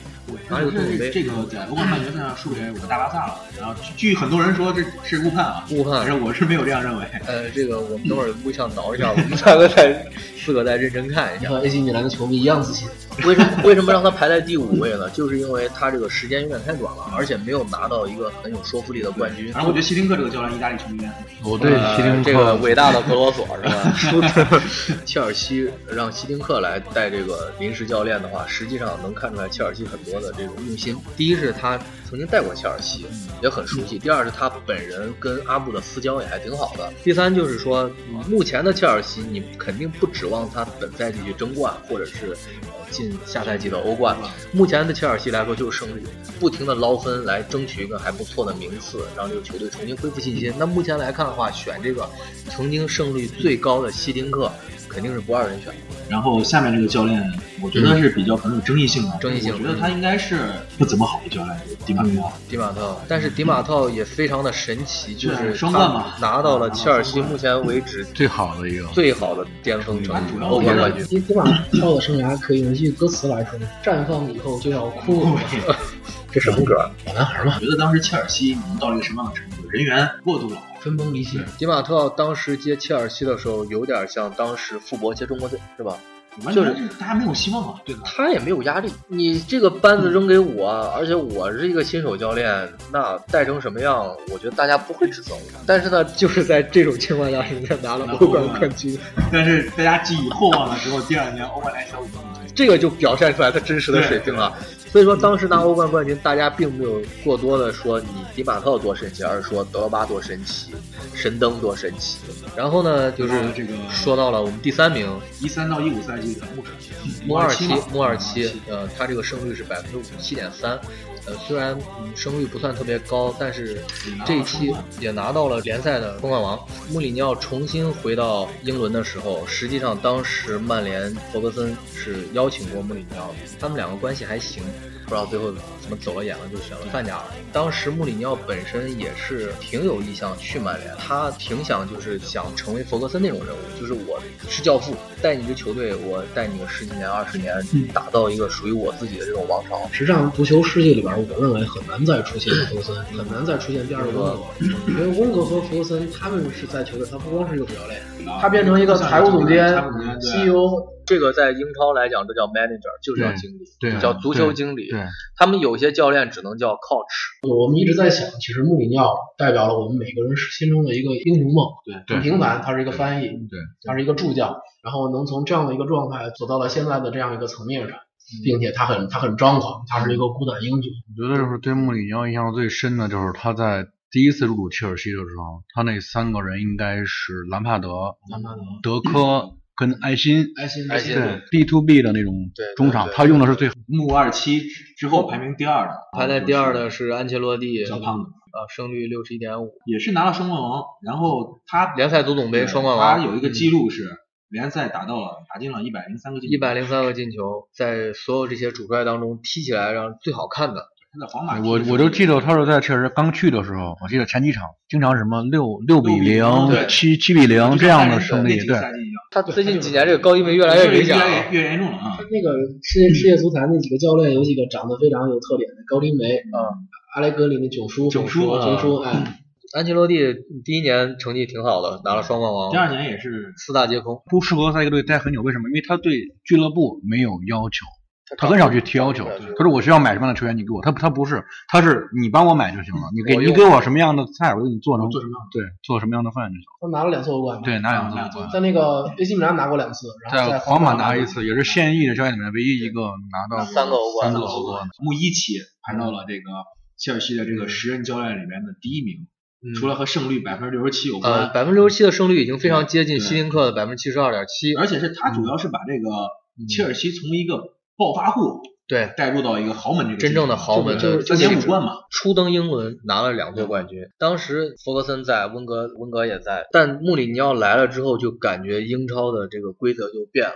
[SPEAKER 3] 拿了一个嗯足总
[SPEAKER 2] 这这
[SPEAKER 3] 杯。
[SPEAKER 2] 个在欧冠半决赛上输给我们大巴萨了，然后据很多人说这是误判啊，
[SPEAKER 3] 误判
[SPEAKER 2] 反正我是没有这样认为。
[SPEAKER 3] 呃，这个我们等会儿录像挠一下，我 们三个再四个再认真看一下。
[SPEAKER 5] 和 AC 米兰的球迷一样自信。
[SPEAKER 3] 为什么为什么让他排在第五位呢？就是因为他这个时间有点太短了，而且没有拿到一个很有说服力的冠军。
[SPEAKER 2] 反正我觉得希丁克这个教练，意大利球员
[SPEAKER 4] 我对
[SPEAKER 3] 呃
[SPEAKER 4] 希林
[SPEAKER 3] 这个
[SPEAKER 4] 克
[SPEAKER 3] 伟大的格罗索是吧？输的 切尔西让希丁克来带这个临时教练的话，实际上能看出来切尔西很多的这种用心。第一是他曾经带过切尔西，也很熟悉；第二是他本人跟阿布的私交也还挺好的；第三就是说，嗯目前的切尔西你肯定不指望他本赛季去争冠，或者是呃进下赛季的欧冠。目前的切尔西来说就是胜利，不停的捞分来争取一个还不错的名次，让这个球队重新恢复信心。那目前来看的话，选这个曾经胜率最高的希丁克肯定是不二人选。
[SPEAKER 2] 然后下面这个教练，我觉得是比较很有争议性的，
[SPEAKER 3] 争议性嗯
[SPEAKER 2] 我觉得他应该是不怎么好的教练，迪马特。
[SPEAKER 3] 迪马特，但是迪马特也非常的神奇，就是
[SPEAKER 2] 双冠嘛
[SPEAKER 3] 他拿到了切尔西目前为止
[SPEAKER 4] 最好的一个，
[SPEAKER 3] 最好的巅峰成绩
[SPEAKER 2] 嗯主，要
[SPEAKER 3] 欧
[SPEAKER 2] 我觉
[SPEAKER 3] 冠
[SPEAKER 2] 得
[SPEAKER 3] 冠军。
[SPEAKER 5] 迪迪马特的生涯可以用一句歌词来说：绽放以后就要枯萎。
[SPEAKER 3] 这什么歌？
[SPEAKER 5] 小男孩嘛，
[SPEAKER 2] 我觉得当时切尔西能到一个什么样的程度，人员过度了。
[SPEAKER 5] 分崩离析。
[SPEAKER 3] 迪马特当时接切尔西的时候，有点像当时傅博接中国队，是吧？
[SPEAKER 2] 完
[SPEAKER 3] 就
[SPEAKER 2] 全
[SPEAKER 3] 是
[SPEAKER 2] 是大家没有希望了，对吧？
[SPEAKER 3] 他也没有压力，你这个班子扔给我，而且我是一个新手教练，那带成什么样，我觉得大家不会指责我。但是呢，就是在这种情况下，人家拿了欧冠冠军，
[SPEAKER 2] 但是大家寄予厚望的时候，第二年欧冠来小组，
[SPEAKER 3] 这个就表现出来他真实的水平了。所以说，当时拿欧冠冠军，大家并没有过多的说你迪马特有多神奇，而是说德罗巴多神奇，神灯多神奇。然后呢，就是
[SPEAKER 2] 说到这个
[SPEAKER 3] 说到了我们第三名
[SPEAKER 2] 一三到一五赛季的穆尔
[SPEAKER 3] 穆尔奇
[SPEAKER 2] 嘛，
[SPEAKER 3] 穆尔奇，呃，他这个胜率是百分之五十七点三，呃，虽然嗯胜率不算特别高，但是这一期也拿到了联赛的冲冠王。穆里尼奥重新回到英伦的时候，实际上当时曼联博格森是邀请过穆里尼奥的，他们两个关系还行。不知道最后怎么走了眼了，就选了范加尔。当时穆里尼奥本身也是挺有意向去曼联，他挺想就是想成为弗格森那种人物，就是我是教父，带你这球队，我带你个十几年、二十年，
[SPEAKER 2] 嗯
[SPEAKER 3] 打造一个属于我自己的这种王朝。
[SPEAKER 5] 实际上，足球世界里边，我认为很难再出现弗格森，很难再出现第二个温格，因为温格和弗格森他们是在球队，他不光是一个主教练，他变成一个财务总监 E
[SPEAKER 2] 财务总监、对
[SPEAKER 5] CEO，
[SPEAKER 3] 这个在英超来讲，这叫 manager，就是叫经理，
[SPEAKER 4] 对对
[SPEAKER 3] 叫足球经理。
[SPEAKER 4] 对，
[SPEAKER 3] 他们有些教练只能叫 coach。
[SPEAKER 5] 我们一直在想，其实穆里尼奥代表了我们每个人心中的一个英雄梦。
[SPEAKER 2] 对
[SPEAKER 5] 很平凡，他是一个翻译，
[SPEAKER 4] 对，
[SPEAKER 5] 他是一个助教，然后能从这样的一个状态走到了现在的这样一个层面上，
[SPEAKER 4] 嗯
[SPEAKER 5] 并且他很他很张狂，他是一个孤胆英雄。
[SPEAKER 4] 我觉得就是对穆里尼奥印象最深的就是他在第一次入主切尔西的时候，他那三个人应该是兰帕德、
[SPEAKER 5] 兰帕德
[SPEAKER 4] 德科跟埃辛，
[SPEAKER 5] 埃辛
[SPEAKER 3] 埃辛
[SPEAKER 4] 对 B to B 的那种
[SPEAKER 3] 对对
[SPEAKER 4] 中场
[SPEAKER 3] 对，
[SPEAKER 4] 他用的是最
[SPEAKER 2] 穆尔奇之之后排名第二的，
[SPEAKER 3] 排在第二的是安切洛蒂，
[SPEAKER 2] 嗯小胖子，
[SPEAKER 3] 啊，胜率六十一点五，
[SPEAKER 2] 也是拿了双冠王，然后他
[SPEAKER 3] 联赛足总杯
[SPEAKER 2] 对
[SPEAKER 3] 双冠王。嗯
[SPEAKER 2] 他有一个记录是联赛打到了打进了一百零三个进球，
[SPEAKER 3] 一百零三个进球，在所有这些主帅当中踢起来让最好看的。
[SPEAKER 2] 他在皇马踢的
[SPEAKER 4] 我
[SPEAKER 2] 时候，
[SPEAKER 4] 我就记得他是在切尔西刚去的时候，我记得前几场经常什么六六比零
[SPEAKER 2] 6比0、
[SPEAKER 4] 七七比零
[SPEAKER 2] 就
[SPEAKER 4] 这
[SPEAKER 2] 跟
[SPEAKER 4] 样
[SPEAKER 2] 拜
[SPEAKER 4] 的
[SPEAKER 2] 仁
[SPEAKER 4] 胜
[SPEAKER 2] 那
[SPEAKER 4] 利
[SPEAKER 2] 几，个
[SPEAKER 4] 对
[SPEAKER 2] 赛季一样
[SPEAKER 3] 他最近几年这个高低位越来
[SPEAKER 2] 越
[SPEAKER 3] 越明显
[SPEAKER 2] 来
[SPEAKER 3] 了。嗯
[SPEAKER 2] 越严重了啊！
[SPEAKER 5] 那个世界世界足坛那几个教练，有几个长得非常有特点的，高林梅，
[SPEAKER 3] 嗯，
[SPEAKER 5] 阿莱格里那囧叔，
[SPEAKER 2] 囧叔
[SPEAKER 5] 叔，
[SPEAKER 2] 啊
[SPEAKER 5] 囧叔，
[SPEAKER 4] 嗯
[SPEAKER 5] 哎，
[SPEAKER 3] 安切洛蒂第一年成绩挺好的，拿了双冠
[SPEAKER 2] 第二
[SPEAKER 3] 王，
[SPEAKER 2] 年也是
[SPEAKER 3] 四大皆空。
[SPEAKER 4] 不适合在一个队待很久，为什么？因为他对俱乐部没有要求，他很少去提要求。他说我需要买什么样的球员，你给我。他他不是，他是你帮我买就行了，你给
[SPEAKER 3] 我
[SPEAKER 4] 你
[SPEAKER 3] 用
[SPEAKER 4] 给我什么样的菜，我给你做成
[SPEAKER 2] 做什么样
[SPEAKER 4] 对做什么样的饭就行。
[SPEAKER 5] 他拿了两次欧冠，，啊
[SPEAKER 4] 对，拿两次
[SPEAKER 2] 拿两次
[SPEAKER 5] 在那个 AC 米兰拿过两次，然后
[SPEAKER 4] 在
[SPEAKER 5] 皇
[SPEAKER 4] 皇马拿
[SPEAKER 5] 拿
[SPEAKER 4] 一，次，也是现役的教练里面唯一一个拿到过
[SPEAKER 3] 三个欧冠
[SPEAKER 4] 三
[SPEAKER 3] 的
[SPEAKER 4] 个欧冠的。
[SPEAKER 2] 穆伊奇排到了这个切尔西的这个十任教练里面的第一名，嗯除了和胜率百分之六十七有
[SPEAKER 3] 嗯呃，
[SPEAKER 2] 关，
[SPEAKER 3] 百分之六十七的胜率已经非常接近
[SPEAKER 2] 对
[SPEAKER 3] 希林克的百分之七十二点七。
[SPEAKER 2] 而且是他主要是把这个
[SPEAKER 3] 嗯
[SPEAKER 2] 切尔西从一个暴发户
[SPEAKER 3] 对，
[SPEAKER 2] 带入到一个豪门这个
[SPEAKER 3] 真正的豪门
[SPEAKER 2] 就是
[SPEAKER 3] 就
[SPEAKER 2] 三
[SPEAKER 3] 是
[SPEAKER 2] 年五冠嘛，
[SPEAKER 3] 初登英伦拿了两座冠军，当时弗格森在，温格温格也在，但穆里尼奥来了之后，就感觉英超的这个规则就变了，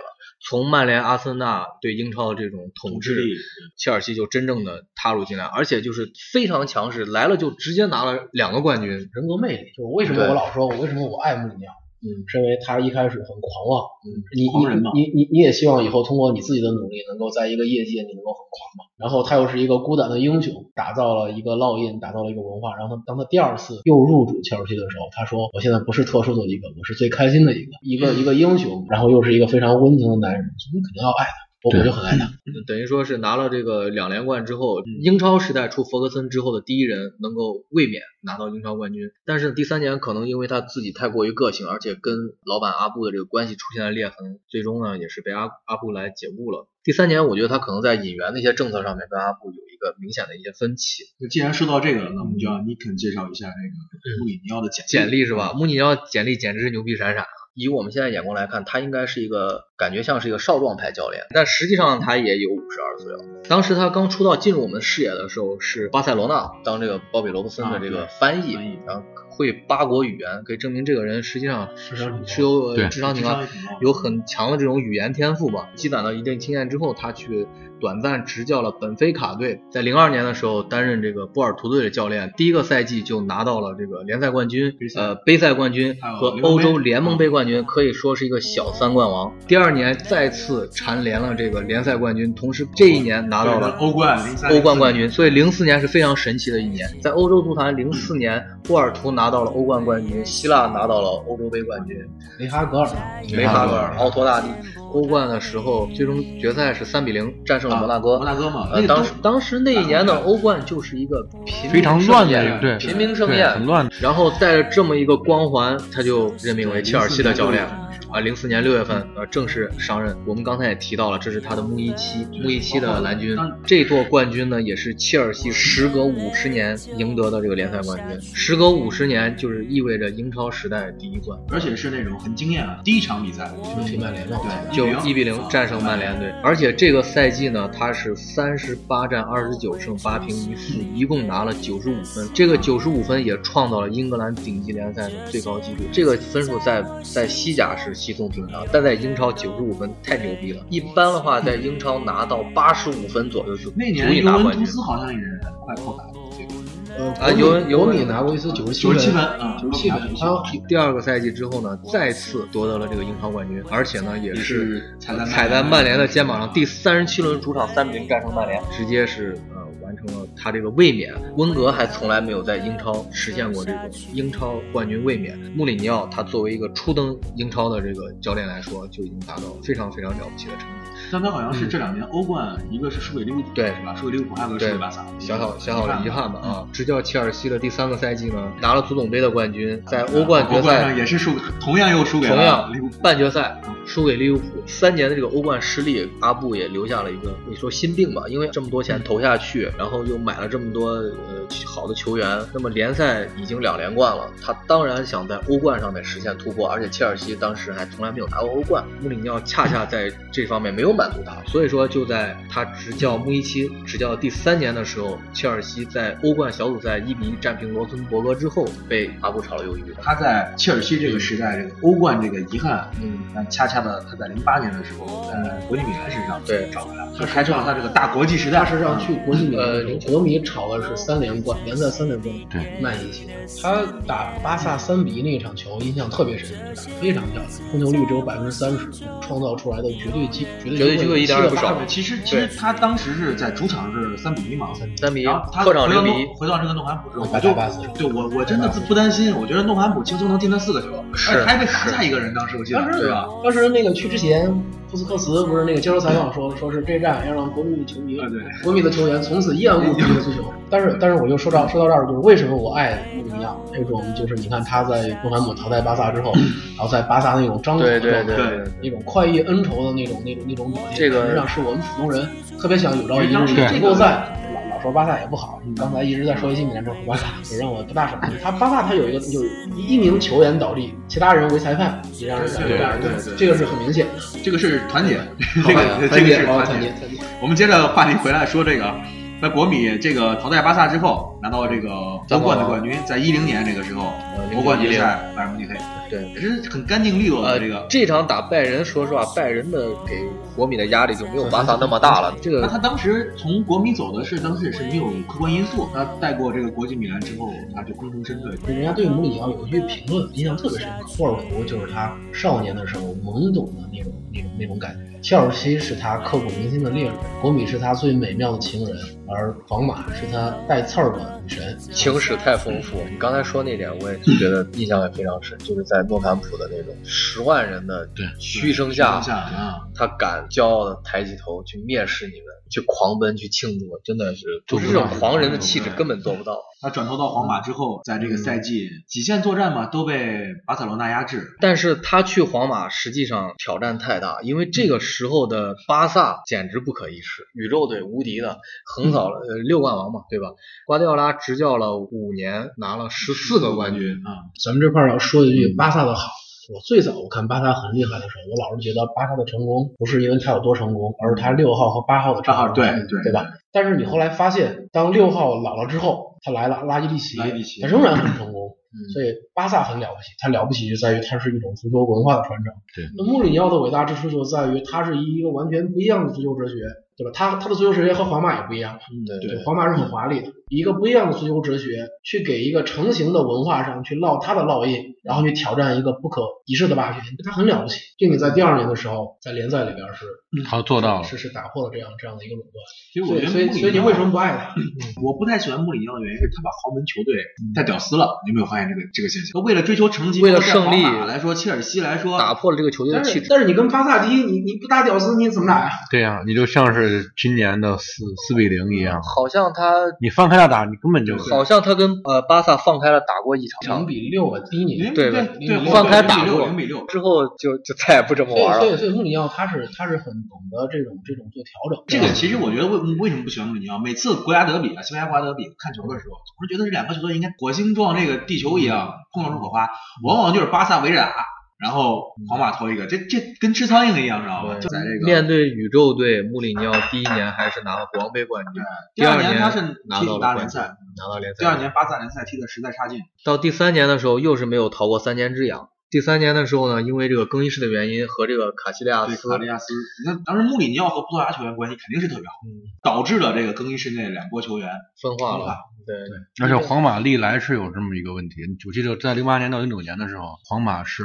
[SPEAKER 3] 从曼联、阿森纳对英超的这种统
[SPEAKER 2] 智
[SPEAKER 3] 治
[SPEAKER 2] 力
[SPEAKER 3] 切尔西就真正的踏入进来，而且就是非常强势，来了就直接拿了两个冠军。
[SPEAKER 5] 人格魅力，就是为什么
[SPEAKER 3] 对
[SPEAKER 5] 我老说我为什么我爱穆里尼奥。
[SPEAKER 3] 嗯，
[SPEAKER 5] 是因为他一开始很狂妄，
[SPEAKER 3] 嗯
[SPEAKER 5] 你
[SPEAKER 2] 狂人嘛
[SPEAKER 5] 你你你你也希望以后通过你自己的努力，能够在一个业界你能够很狂嘛。然后他又是一个孤胆的英雄，打造了一个烙印，打造了一个文化。然后他当他第二次又入主切尔西的时候，他说：“我现在不是特殊的一个，我是最开心的一个，一个
[SPEAKER 2] 嗯
[SPEAKER 5] 一个英雄，然后又是一个非常温情的男人，你肯定要爱他。”我我就很爱他，
[SPEAKER 2] 嗯
[SPEAKER 3] 等于说是拿了这个两连冠之后，英超时代除弗格森之后的第一人能够卫冕拿到英超冠军。但是第三年可能因为他自己太过于个性，而且跟老板阿布的这个关系出现了裂痕，最终呢也是被阿阿布来解雇了。第三年，我觉得他可能在引援的一些政策上面跟阿布有一个明显的一些分歧。
[SPEAKER 2] 那既然说到这个了，那我们就让尼肯介绍一下这个穆里尼奥的简
[SPEAKER 3] 嗯简历是吧？穆里尼奥简历简直是牛逼闪闪。啊以我们现在眼光来看，他应该是一个感觉像是一个少壮派教练，但实际上他也有五十二岁了。当时他刚出道进入我们视野的时候，是巴塞罗那当这个鲍比罗布森的这个
[SPEAKER 2] 啊
[SPEAKER 3] 翻译，
[SPEAKER 2] 翻译
[SPEAKER 3] 然后会八国语言，可以证明这个人实际上是
[SPEAKER 5] 商挺高
[SPEAKER 3] 是有
[SPEAKER 4] 对
[SPEAKER 3] 智商挺
[SPEAKER 2] 历
[SPEAKER 3] 高，有很强的这种语言天赋吧。积攒到一定经验之后，他去短暂执教了本菲卡队，在零二年的时候担任这个波尔图队的教练，第一个赛季就拿到了这个联赛冠军
[SPEAKER 2] 杯、赛
[SPEAKER 3] 呃杯赛冠军
[SPEAKER 2] 还有
[SPEAKER 3] 和
[SPEAKER 2] 联盟
[SPEAKER 3] 欧
[SPEAKER 2] 杯
[SPEAKER 3] 洲联盟杯冠军，可以说是一个小三冠王。第二二年再次蝉联了这个联赛冠军，同时这一年拿到了
[SPEAKER 2] 欧冠零三
[SPEAKER 3] 欧冠冠军，所以零四年是非常神奇的一年。在欧洲足坛，零四年波尔图拿到了欧冠冠军，希腊拿到了欧洲杯冠军，
[SPEAKER 5] 雷哈格尔，
[SPEAKER 3] 梅哈格尔、奥托大帝。欧冠的时候，最终决赛是三比零战胜了摩纳哥。
[SPEAKER 2] 摩纳哥嘛，
[SPEAKER 3] 呃
[SPEAKER 2] 那个
[SPEAKER 3] 当时当时那一年的欧冠就是一个平
[SPEAKER 4] 非常乱的一
[SPEAKER 3] 一
[SPEAKER 4] 个对
[SPEAKER 3] 平民盛
[SPEAKER 4] 对
[SPEAKER 3] 宴，
[SPEAKER 4] 很乱的。
[SPEAKER 3] 然后带着这么一个光环，他就任命为切尔西的教练。啊，零四年六月份，呃，正式上任。我们刚才也提到了，这是他的穆伊期，穆伊期的蓝军。这座冠军呢，也是切尔西时隔五十年赢得的这个联赛冠军。时隔五十年，就是意味着英超时代第一冠。
[SPEAKER 2] 而且是那种很惊艳啊！第一场比赛就是
[SPEAKER 5] 哦踢曼联嘛
[SPEAKER 2] 对，
[SPEAKER 3] 就
[SPEAKER 2] 1-0
[SPEAKER 3] 一比零战胜曼联队。而且这个赛季呢，他是三十八战二十九胜八平一负，一共拿了九十五分。这个九十五分也创造了英格兰顶级联赛的最高纪录。这个分数在在西甲是稀松平常，但在英超九十五分太牛逼了。一般的话，在英超拿到八十五分左右就足
[SPEAKER 2] 那年
[SPEAKER 3] 以
[SPEAKER 2] 尤
[SPEAKER 3] 拿
[SPEAKER 2] 文
[SPEAKER 3] 冠
[SPEAKER 2] 图
[SPEAKER 3] 军。
[SPEAKER 2] 斯好像也快破百了，
[SPEAKER 5] 呃，
[SPEAKER 3] 啊
[SPEAKER 5] 国米
[SPEAKER 3] 尤文尤
[SPEAKER 5] 国
[SPEAKER 3] 文
[SPEAKER 5] 米拿过一次九十
[SPEAKER 2] 九十七
[SPEAKER 5] 七
[SPEAKER 2] 分啊，
[SPEAKER 5] 九十七分，他
[SPEAKER 2] 97
[SPEAKER 3] 第二个赛季之后呢，再次夺得了这个英超冠军，而且呢，也
[SPEAKER 2] 也
[SPEAKER 3] 是
[SPEAKER 2] 是踩在
[SPEAKER 3] 踩在曼联的肩膀上，第三十七轮主场三比零战胜曼联，直接是呃完成了他这个卫冕。温格还从来没有在英超实现过这个英超冠军卫冕。穆里尼奥他作为一个初登英超的这个教练来说，就已经达到非常非常了不起的成绩。
[SPEAKER 2] 但他好像是这两年欧冠，一个是输给利物浦，
[SPEAKER 3] 嗯对
[SPEAKER 2] 是吧？输给利物浦，还有一个输
[SPEAKER 3] 对
[SPEAKER 2] 给巴萨，，嗯
[SPEAKER 3] 小小小小的遗憾吧啊！执教切尔西的第三个赛季呢，拿了足总杯的冠军，在欧冠决
[SPEAKER 2] 欧冠上
[SPEAKER 3] 赛
[SPEAKER 2] 也是输，同样又输给了
[SPEAKER 3] 同样
[SPEAKER 2] 利物浦。
[SPEAKER 3] 半决赛输给利物浦，三年的这个欧冠失利，阿布也留下了一个你说心病吧，因为这么多钱投下去，然后又买了这么多呃好的球员，那么联赛已经两连冠了，他当然想在欧冠上面实现突破，而且切尔西当时还从来没有拿过欧冠，穆里尼奥恰恰在这方面没有满足他，所以说就在他执教穆伊奇执教第三年的时候，切尔西在欧冠小组赛一比一战平罗森伯格之后，被阿布炒了鱿鱼。
[SPEAKER 2] 他在切尔西这个时代，这个欧冠这个遗憾，
[SPEAKER 3] 嗯，
[SPEAKER 2] 但恰恰的他在零八年的时候，在国际米兰身上
[SPEAKER 3] 对
[SPEAKER 2] 找回来了，他开创了他这个大国际时代。
[SPEAKER 5] 他是让去国际米兰
[SPEAKER 3] 呃
[SPEAKER 5] 的时候，国米炒的是三连冠，联赛三连冠，
[SPEAKER 4] 对，
[SPEAKER 5] 慢一些。他打巴萨三比一那一场球印象特别深，打得非常漂亮，控球率只有百分之三十，创造出来的绝对机绝
[SPEAKER 3] 绝对机会一点儿也不
[SPEAKER 5] 7-8
[SPEAKER 3] 少
[SPEAKER 5] 个
[SPEAKER 2] 其实其实他当时是在主场是三比一嘛，
[SPEAKER 3] 三比一
[SPEAKER 2] 然后，他
[SPEAKER 3] 客场
[SPEAKER 2] 回
[SPEAKER 3] 零
[SPEAKER 2] 到
[SPEAKER 3] 比
[SPEAKER 2] 诺
[SPEAKER 3] 一。
[SPEAKER 2] 回到这个诺坎普之后，
[SPEAKER 5] 那
[SPEAKER 2] 我
[SPEAKER 5] 百
[SPEAKER 2] 就
[SPEAKER 5] 分之八十
[SPEAKER 2] 对我我真的不担心，我觉得诺坎普轻松能进他四个球，
[SPEAKER 3] 是
[SPEAKER 2] 而且他还被罚下一个人，当时我记得
[SPEAKER 5] 当时
[SPEAKER 2] 对吧？
[SPEAKER 5] 当时那个去之前，布斯克茨不是那个接受采访说，说是这站要让国米球迷
[SPEAKER 2] 对对对，
[SPEAKER 5] 国米的球员从此厌恶国米的足球。但是，但是我又说到说到这儿，就是为什么我爱穆里尼奥那种，就是你看他在诺坎普淘汰巴萨之后，然后在巴萨那种张口
[SPEAKER 3] 对对
[SPEAKER 5] 状态
[SPEAKER 3] 对对对。
[SPEAKER 5] 那种快意恩仇的那种、那种、那种表现，
[SPEAKER 3] 这个
[SPEAKER 5] 实际上是我们普通人特别想有朝一日
[SPEAKER 2] 对
[SPEAKER 5] 能够在。老老说巴萨也不好，你刚才一直在说一些米兰这巴萨，也让我不大爽。他巴萨他有一个有一名球员倒地，其他人为裁判，也让人感觉
[SPEAKER 2] 对
[SPEAKER 5] 这样
[SPEAKER 2] 对对对
[SPEAKER 5] 这个是很明显的。
[SPEAKER 2] 这个是团结， 这个
[SPEAKER 5] 团
[SPEAKER 2] 这个
[SPEAKER 5] 结
[SPEAKER 2] 是
[SPEAKER 5] 哦
[SPEAKER 2] 团
[SPEAKER 5] 团结
[SPEAKER 2] 结。
[SPEAKER 5] 团结。
[SPEAKER 2] 我们接着话题回来说这个，在国米这个淘汰巴萨之后，拿到这个欧冠的冠军，在一零年这个时候，
[SPEAKER 5] 呃
[SPEAKER 2] 欧冠决赛拜仁慕尼黑，
[SPEAKER 3] 对，
[SPEAKER 2] 也是很干净利落
[SPEAKER 3] 呃
[SPEAKER 2] 的这个，。
[SPEAKER 3] 这场打拜仁，说实话，拜仁的给国米的压力就没有巴萨那么大了。这
[SPEAKER 2] 那
[SPEAKER 3] 个
[SPEAKER 2] 他当时从国米走的是，当时也是没有客观因素。他带过这个国际米兰之后，他就空中身退。
[SPEAKER 5] 人家对穆里尼奥有一句评论，印象特别深刻。霍尔福就是他少年的时候懵懂的那种、那种、那种感觉。切尔西是他刻骨铭心的恋人，国米是他最美妙的情人，而皇马是他带刺儿的女神。
[SPEAKER 3] 情史太丰富。你刚才说那点，我也觉得印象也非常深，就是在诺坎普的那种十万人的嘘声下
[SPEAKER 2] 当，下啊，
[SPEAKER 3] 他敢骄傲的抬起头去蔑视你们，去狂奔，去庆祝，真的是就是这种狂人的气质根本做不到。
[SPEAKER 2] 他转投到皇马之后，在这个赛季几线作战嘛，都被巴塞罗那压制。
[SPEAKER 3] 但是他去皇马实际上挑战太大，因为这个时候的巴萨简直不可一世，宇宙队无敌的，横扫了呃六冠王嘛，对吧？瓜迪奥拉执教了五年，拿了十四个冠军。
[SPEAKER 2] 啊，
[SPEAKER 5] 咱们这块儿要说一
[SPEAKER 2] 嗯
[SPEAKER 5] 句巴萨的好。我最早我看巴萨很厉害的时候，我老是觉得巴萨的成功不是因为他有多成功，而是他六号和八号的成
[SPEAKER 2] 八号
[SPEAKER 5] 功，
[SPEAKER 2] 啊对对
[SPEAKER 5] 对吧？但是你后来发现，当六号老了之后，他来了拉基利奇，
[SPEAKER 2] 拉基利奇嗯
[SPEAKER 5] 他仍然很成功。所以巴萨很了不起，它了不起就在于它是一种足球文化的传承。
[SPEAKER 4] 对，
[SPEAKER 5] 那穆里尼奥的伟大之处就在于他是以一个完全不一样的足球哲学对吧？他他的足球哲学和皇马也不一样，
[SPEAKER 3] 对
[SPEAKER 5] 嗯对，皇马是很华丽的，以一个不一样的足球哲学去给一个成型的文化上去烙它的烙印，然后去挑战一个不可一世的霸权，他很了不起，并且在第二年的时候在联赛里边是
[SPEAKER 4] 嗯他做到了。
[SPEAKER 5] 是是打破了这样这样的一个垄断，
[SPEAKER 2] 其实我
[SPEAKER 5] 所
[SPEAKER 2] 觉
[SPEAKER 5] 以
[SPEAKER 2] 得
[SPEAKER 5] 所以
[SPEAKER 2] 穆里
[SPEAKER 5] 所以
[SPEAKER 2] 尼
[SPEAKER 5] 你
[SPEAKER 2] 奥
[SPEAKER 5] 为什么不爱他？
[SPEAKER 2] 我不太喜欢穆里尼奥的原因是他把豪门球队太屌丝了，你有没有发现这个这个现象？为了追求成绩，
[SPEAKER 3] 嗯为了
[SPEAKER 2] 包括
[SPEAKER 3] 胜利
[SPEAKER 2] 皇马来说，切尔西来说，
[SPEAKER 3] 打破了这个球队的
[SPEAKER 5] 但
[SPEAKER 3] 气
[SPEAKER 5] 是
[SPEAKER 3] 质。
[SPEAKER 5] 但是你跟巴萨踢，你你不打屌丝你怎么打呀？
[SPEAKER 4] 对呀、你就像是今年的四四比零一样，
[SPEAKER 3] 好像他，
[SPEAKER 4] 你放开他打，你根本就
[SPEAKER 3] 好像他跟呃巴萨放开了打过一
[SPEAKER 5] 零
[SPEAKER 3] 场，
[SPEAKER 5] 比六啊，第一
[SPEAKER 2] 零
[SPEAKER 5] 年。
[SPEAKER 3] 对
[SPEAKER 2] 对
[SPEAKER 5] 对
[SPEAKER 2] 对，
[SPEAKER 3] 放开
[SPEAKER 2] 零比
[SPEAKER 3] 打
[SPEAKER 2] 六
[SPEAKER 3] 过
[SPEAKER 2] 零比六。
[SPEAKER 3] 之后就就再也不这么
[SPEAKER 5] 所以
[SPEAKER 3] 玩
[SPEAKER 5] 所以
[SPEAKER 3] 了。
[SPEAKER 5] 所以穆里尼奥他是他是很懂得这种这种做调整。
[SPEAKER 2] 这个其实我觉得为为什么不喜欢穆里尼奥？每次国家德比啊，西班牙国家德比看球的时候，总是觉得这两个球队应该火星撞这个地球一
[SPEAKER 3] 嗯
[SPEAKER 2] 样碰撞出火花，往往就是巴萨围着打，然后皇马投一个，这这跟吃苍蝇一样，知道吧？就在这个
[SPEAKER 3] 面对宇宙队，穆里尼奥第一年还是拿了国王杯冠军，
[SPEAKER 2] 第二
[SPEAKER 3] 年
[SPEAKER 2] 年他是
[SPEAKER 3] 拿
[SPEAKER 2] 踢
[SPEAKER 3] 到
[SPEAKER 2] 五
[SPEAKER 3] 了
[SPEAKER 2] 大
[SPEAKER 3] 冠
[SPEAKER 2] 联
[SPEAKER 3] 军
[SPEAKER 2] 赛，
[SPEAKER 3] 拿到联赛。
[SPEAKER 2] 第二年巴萨联赛踢的实在差劲，
[SPEAKER 3] 到第三年的时候，又是没有逃过三年之痒。第三年的时候呢，因为这个更衣室的原因和这个卡西利亚
[SPEAKER 2] 对
[SPEAKER 3] 斯
[SPEAKER 2] 卡利亚斯，那当时穆里尼奥和葡萄牙球员关系肯定是特别好，导致了这个更衣室内两拨球员
[SPEAKER 3] 嗯分化
[SPEAKER 2] 分化
[SPEAKER 3] 了，对，
[SPEAKER 4] 而且皇马历来是有这么一个问题，我记得在零八年到零九年的时候，皇马是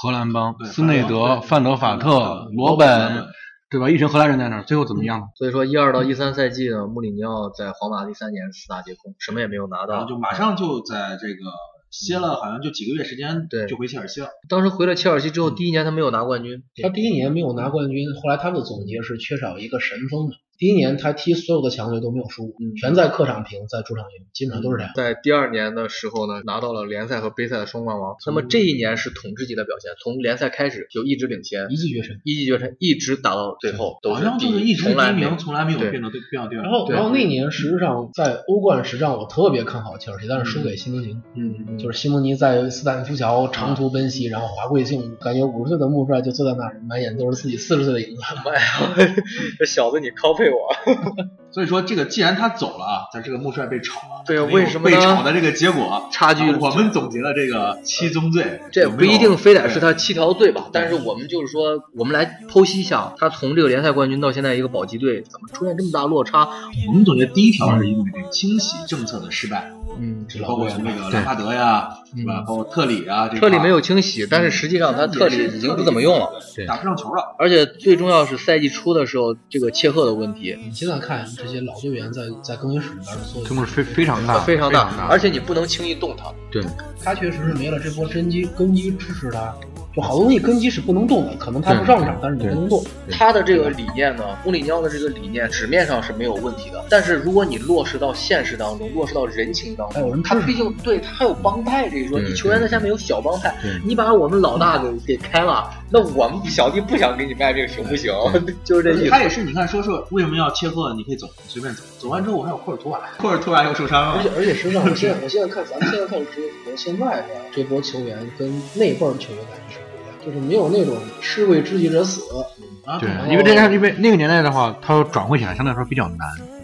[SPEAKER 4] 荷兰帮
[SPEAKER 2] 对
[SPEAKER 4] 斯内德、范
[SPEAKER 2] 范
[SPEAKER 4] 德
[SPEAKER 2] 德
[SPEAKER 4] 法
[SPEAKER 2] 法
[SPEAKER 4] 特、
[SPEAKER 2] 嗯
[SPEAKER 4] 罗
[SPEAKER 2] 罗
[SPEAKER 4] 本
[SPEAKER 2] 本，
[SPEAKER 4] 对吧？一群荷兰人在那儿，最后怎么样了？
[SPEAKER 3] 所以说一二到一三赛季呢，穆里尼奥在皇马第三年四大皆空，什么也没有拿
[SPEAKER 2] 然后
[SPEAKER 3] 到。
[SPEAKER 2] 就马上就在这个歇了，好像就几个月时间，
[SPEAKER 3] 对
[SPEAKER 2] 就回切尔西了。
[SPEAKER 3] 当时回了切尔西之
[SPEAKER 2] 嗯
[SPEAKER 3] 后，第一年他没有拿冠军，
[SPEAKER 5] 他第一年没有拿冠军，后来他的总结是缺少一个神锋嘛。第一年他踢所有的强队都没有输，
[SPEAKER 3] 嗯
[SPEAKER 5] 全在客场平，在主场赢，基本上都是这样。
[SPEAKER 3] 在第二年的时候呢，拿到了联赛和杯赛的双冠王。那么这一年是统治级的表现，从联赛开始就一直领先，
[SPEAKER 5] 一骑绝尘。
[SPEAKER 3] 一骑绝尘，一直打到最后都
[SPEAKER 2] 好
[SPEAKER 3] 是
[SPEAKER 2] 像
[SPEAKER 3] 第
[SPEAKER 2] 就是一直
[SPEAKER 3] 从来
[SPEAKER 2] 第一
[SPEAKER 3] 没有
[SPEAKER 2] 名，从来没有
[SPEAKER 3] 对
[SPEAKER 2] 变到对变到第二。
[SPEAKER 5] 然后，
[SPEAKER 3] 对
[SPEAKER 5] 然后那年实际上在欧冠史上，我特别看好切尔西，但是输给西蒙尼。
[SPEAKER 3] 嗯，
[SPEAKER 5] 就是西蒙尼在斯坦福桥长途奔袭，然后华贵姓，感觉五十岁的穆帅就坐在那儿，满眼都是自己四十岁的影子。
[SPEAKER 3] 这小子你 copy 我，
[SPEAKER 2] 所以说，这个既然他走了啊，在这个穆帅被炒了，
[SPEAKER 3] 对
[SPEAKER 2] 没有
[SPEAKER 3] 为什么
[SPEAKER 2] 被
[SPEAKER 3] 呢
[SPEAKER 2] 炒的这个结果？
[SPEAKER 3] 差距
[SPEAKER 2] 啊我们总结了这个七宗罪，
[SPEAKER 3] 这
[SPEAKER 2] 有
[SPEAKER 3] 不
[SPEAKER 2] 没有
[SPEAKER 3] 一定非得是他
[SPEAKER 2] 对
[SPEAKER 3] 七条罪吧，但是我们就是说，我们来剖析一下他从这个联赛冠军到现在一个保级队，怎么出现这么大落差？
[SPEAKER 2] 我们总结第一条是因为这个清洗政策的失败，
[SPEAKER 3] 嗯，
[SPEAKER 2] 包括那个兰帕德呀，是吧？包括特里啊，这
[SPEAKER 3] 特里
[SPEAKER 2] 块儿
[SPEAKER 3] 没有清洗，但是实际上他特里已经不怎么用了，
[SPEAKER 4] 对
[SPEAKER 2] 打不上球了。
[SPEAKER 3] 而且最重要是赛季初的时候，这个切赫的问题
[SPEAKER 5] 你现在看这些老队员在在更衣室里边做的
[SPEAKER 4] 这幕是非非常
[SPEAKER 2] 啊
[SPEAKER 4] 大，
[SPEAKER 3] 非常
[SPEAKER 4] 大，
[SPEAKER 3] 大，而且你不能轻易动他。
[SPEAKER 4] 对，
[SPEAKER 5] 他确实是没了这波真基根基支持他，就好多东西根基是不能动的，可能他不上场，但是你不能动。
[SPEAKER 3] 他的这个理念呢，穆里尼奥的这个理念，纸面上是没有问题的，但是如果你落实到现实当中，落实到人情当
[SPEAKER 5] 还有
[SPEAKER 3] 中，
[SPEAKER 5] 人
[SPEAKER 3] 他
[SPEAKER 5] 支
[SPEAKER 3] 毕
[SPEAKER 5] 持，
[SPEAKER 3] 竟对他还有帮派这一说，
[SPEAKER 4] 对
[SPEAKER 3] 你球员在下面有小帮派
[SPEAKER 4] 对，
[SPEAKER 3] 你把我们老大给给开了，那我们小弟不想给你卖这个行不行？ 就是这意思
[SPEAKER 2] 他。也是，你看，说是为什么要切赫？你可以走，随便走。走完之后，我还有库尔图瓦，库尔图瓦又受伤
[SPEAKER 5] 而且
[SPEAKER 2] 了。
[SPEAKER 5] 而且实际上，我现在我现在看，咱们现在看直播，现在的这波球员跟那辈儿球员感觉是不一样，就是没有那种士为知己者死，哦
[SPEAKER 2] 啊，
[SPEAKER 4] 对
[SPEAKER 5] 然，后
[SPEAKER 4] 因为这样，因为那个年代的话，他转会起来相对来说比较难，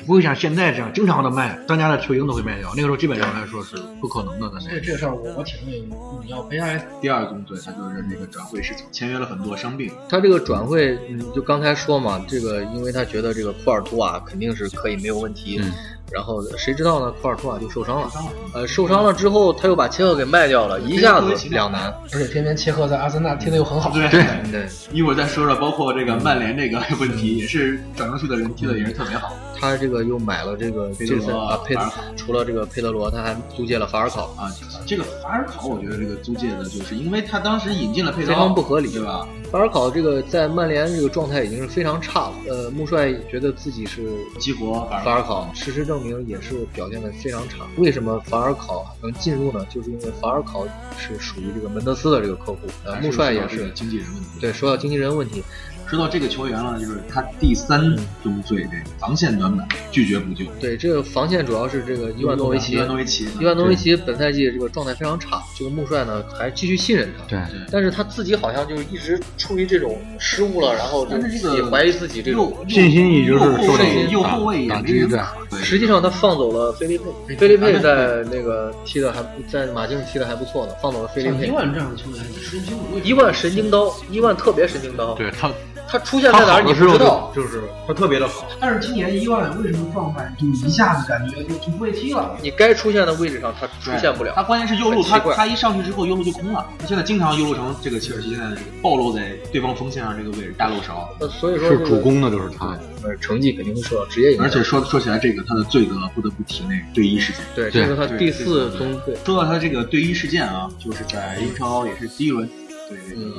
[SPEAKER 4] 不会像现在这样经常的卖，当家的球星都会卖掉。那个时候基本上来说是不可能的，在
[SPEAKER 5] 所以
[SPEAKER 4] 那
[SPEAKER 5] 这事儿我我挺为你要悲哀的。
[SPEAKER 2] 第二宗罪，他就是那个转会市场，签约了很多，伤病。
[SPEAKER 3] 他这个转会，嗯，就刚才说嘛，这个因为他觉得这个库尔图瓦肯定是可以没有问题，
[SPEAKER 4] 嗯
[SPEAKER 3] 然后谁知道呢，库尔图瓦就受伤了，
[SPEAKER 2] 伤了
[SPEAKER 3] 呃，受伤了之后他又把切赫给卖掉了，一下子两难，
[SPEAKER 5] 而且天天切赫在阿森纳踢得又很好，
[SPEAKER 2] 对
[SPEAKER 3] 对，
[SPEAKER 2] 一会儿再说说，包括这个曼联这个 问题，也是转过去的人踢的也是特别好
[SPEAKER 3] 他这个又买了这个
[SPEAKER 2] 佩
[SPEAKER 3] 这
[SPEAKER 2] 德罗
[SPEAKER 3] 次啊佩
[SPEAKER 2] 法尔考，
[SPEAKER 3] 除了这个佩德罗，他还租借了法尔考，
[SPEAKER 2] 啊。这个法尔考，我觉得这个租借的，就是因为他当时引进了佩德
[SPEAKER 3] 非常不合理
[SPEAKER 2] 对吧？
[SPEAKER 3] 法尔考这个在曼联这个状态已经是非常差了，呃，穆帅觉得自己是
[SPEAKER 2] 激活法尔
[SPEAKER 3] 法
[SPEAKER 2] 考，
[SPEAKER 3] 尔考，事实证明也是表现的非常差。为什么法尔考能进入呢？就是因为法尔考是属于这个门德斯的这个客户，呃，穆帅也
[SPEAKER 2] 还说到这
[SPEAKER 3] 是
[SPEAKER 2] 个。经纪人问题。
[SPEAKER 3] 对，说到经纪人问题，
[SPEAKER 2] 说到这个球员了，就是他第三宗罪，这个防线短板，拒绝补救。
[SPEAKER 3] 对这个防线主要是这个伊万诺维奇
[SPEAKER 2] 伊，万诺维奇，
[SPEAKER 3] 伊万诺维奇本赛季这个状态非常差，这个穆帅呢还继续信任他，
[SPEAKER 4] 对。
[SPEAKER 3] 但是他自己好像就是一直处于这种失误了，然后就
[SPEAKER 2] 但是这
[SPEAKER 3] 自
[SPEAKER 2] 个
[SPEAKER 3] 己怀疑自己这种。
[SPEAKER 2] 右
[SPEAKER 4] 信心一直是受到
[SPEAKER 2] 右后卫也
[SPEAKER 4] 打
[SPEAKER 2] 没
[SPEAKER 4] 击
[SPEAKER 2] 人
[SPEAKER 4] 的，
[SPEAKER 2] 对
[SPEAKER 3] 实际上他放走了菲利
[SPEAKER 2] 哎
[SPEAKER 3] 佩，菲利佩在那个踢的还不在马竞踢的还不错呢，放走了菲利
[SPEAKER 5] 像伊
[SPEAKER 3] 佩。
[SPEAKER 5] 万这样的球员，你说不清楚为什么
[SPEAKER 3] 伊万神经刀，伊万特别神经刀，
[SPEAKER 4] 对他，
[SPEAKER 3] 它出现在哪儿你不知道。
[SPEAKER 2] 就是它特别的好，
[SPEAKER 5] 但是今年伊万为什么状态就一下子感觉就就不会踢了？
[SPEAKER 3] 你该出现的位置上，它出现不
[SPEAKER 2] 他
[SPEAKER 3] 了。
[SPEAKER 2] 关键是右路，
[SPEAKER 3] 很奇
[SPEAKER 2] 他
[SPEAKER 3] 怪
[SPEAKER 2] 他一上去之后，右路就空了。现在经常右路成这个切尔西现在暴露在对方锋线上这个位置，大漏勺。
[SPEAKER 3] 那所以说、
[SPEAKER 4] 是主，攻的，就是他。
[SPEAKER 3] 呃，成绩肯定会受到职业影响。
[SPEAKER 2] 而且说说起来，这个他的罪责不得不提那对一事件。
[SPEAKER 3] 对，
[SPEAKER 4] 对
[SPEAKER 3] 这是他
[SPEAKER 2] 对
[SPEAKER 3] 第
[SPEAKER 2] 对
[SPEAKER 3] 四
[SPEAKER 2] 对
[SPEAKER 3] 中队，
[SPEAKER 2] 说到他这个对一事件啊，就是在英超也是第一轮对这个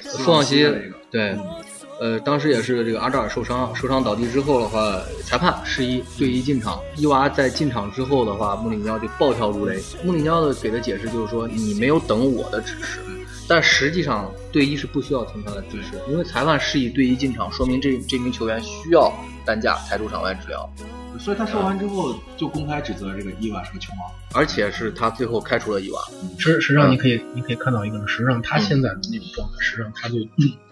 [SPEAKER 3] 苏嗯旺西
[SPEAKER 2] 的那个
[SPEAKER 3] 对，呃，当时也是这个阿扎尔受伤，受伤倒地之后的话，裁判是一对一进场，伊娃在进场之后的话，穆里尼奥就暴跳如雷。穆里尼奥的给的解释就是说，你没有等我的指示。但实际上，队医是不需要听他的指示，因为裁判示意队医进场，说明这这名球员需要担架抬出场外治疗，
[SPEAKER 2] 所以他说完之后就公开指责这个伊万是个球王。
[SPEAKER 3] 而且是他最后开除了伊娃。
[SPEAKER 5] 实实际上你可以、你可以看到一个人，实际上他现在的那种状态，实际上他就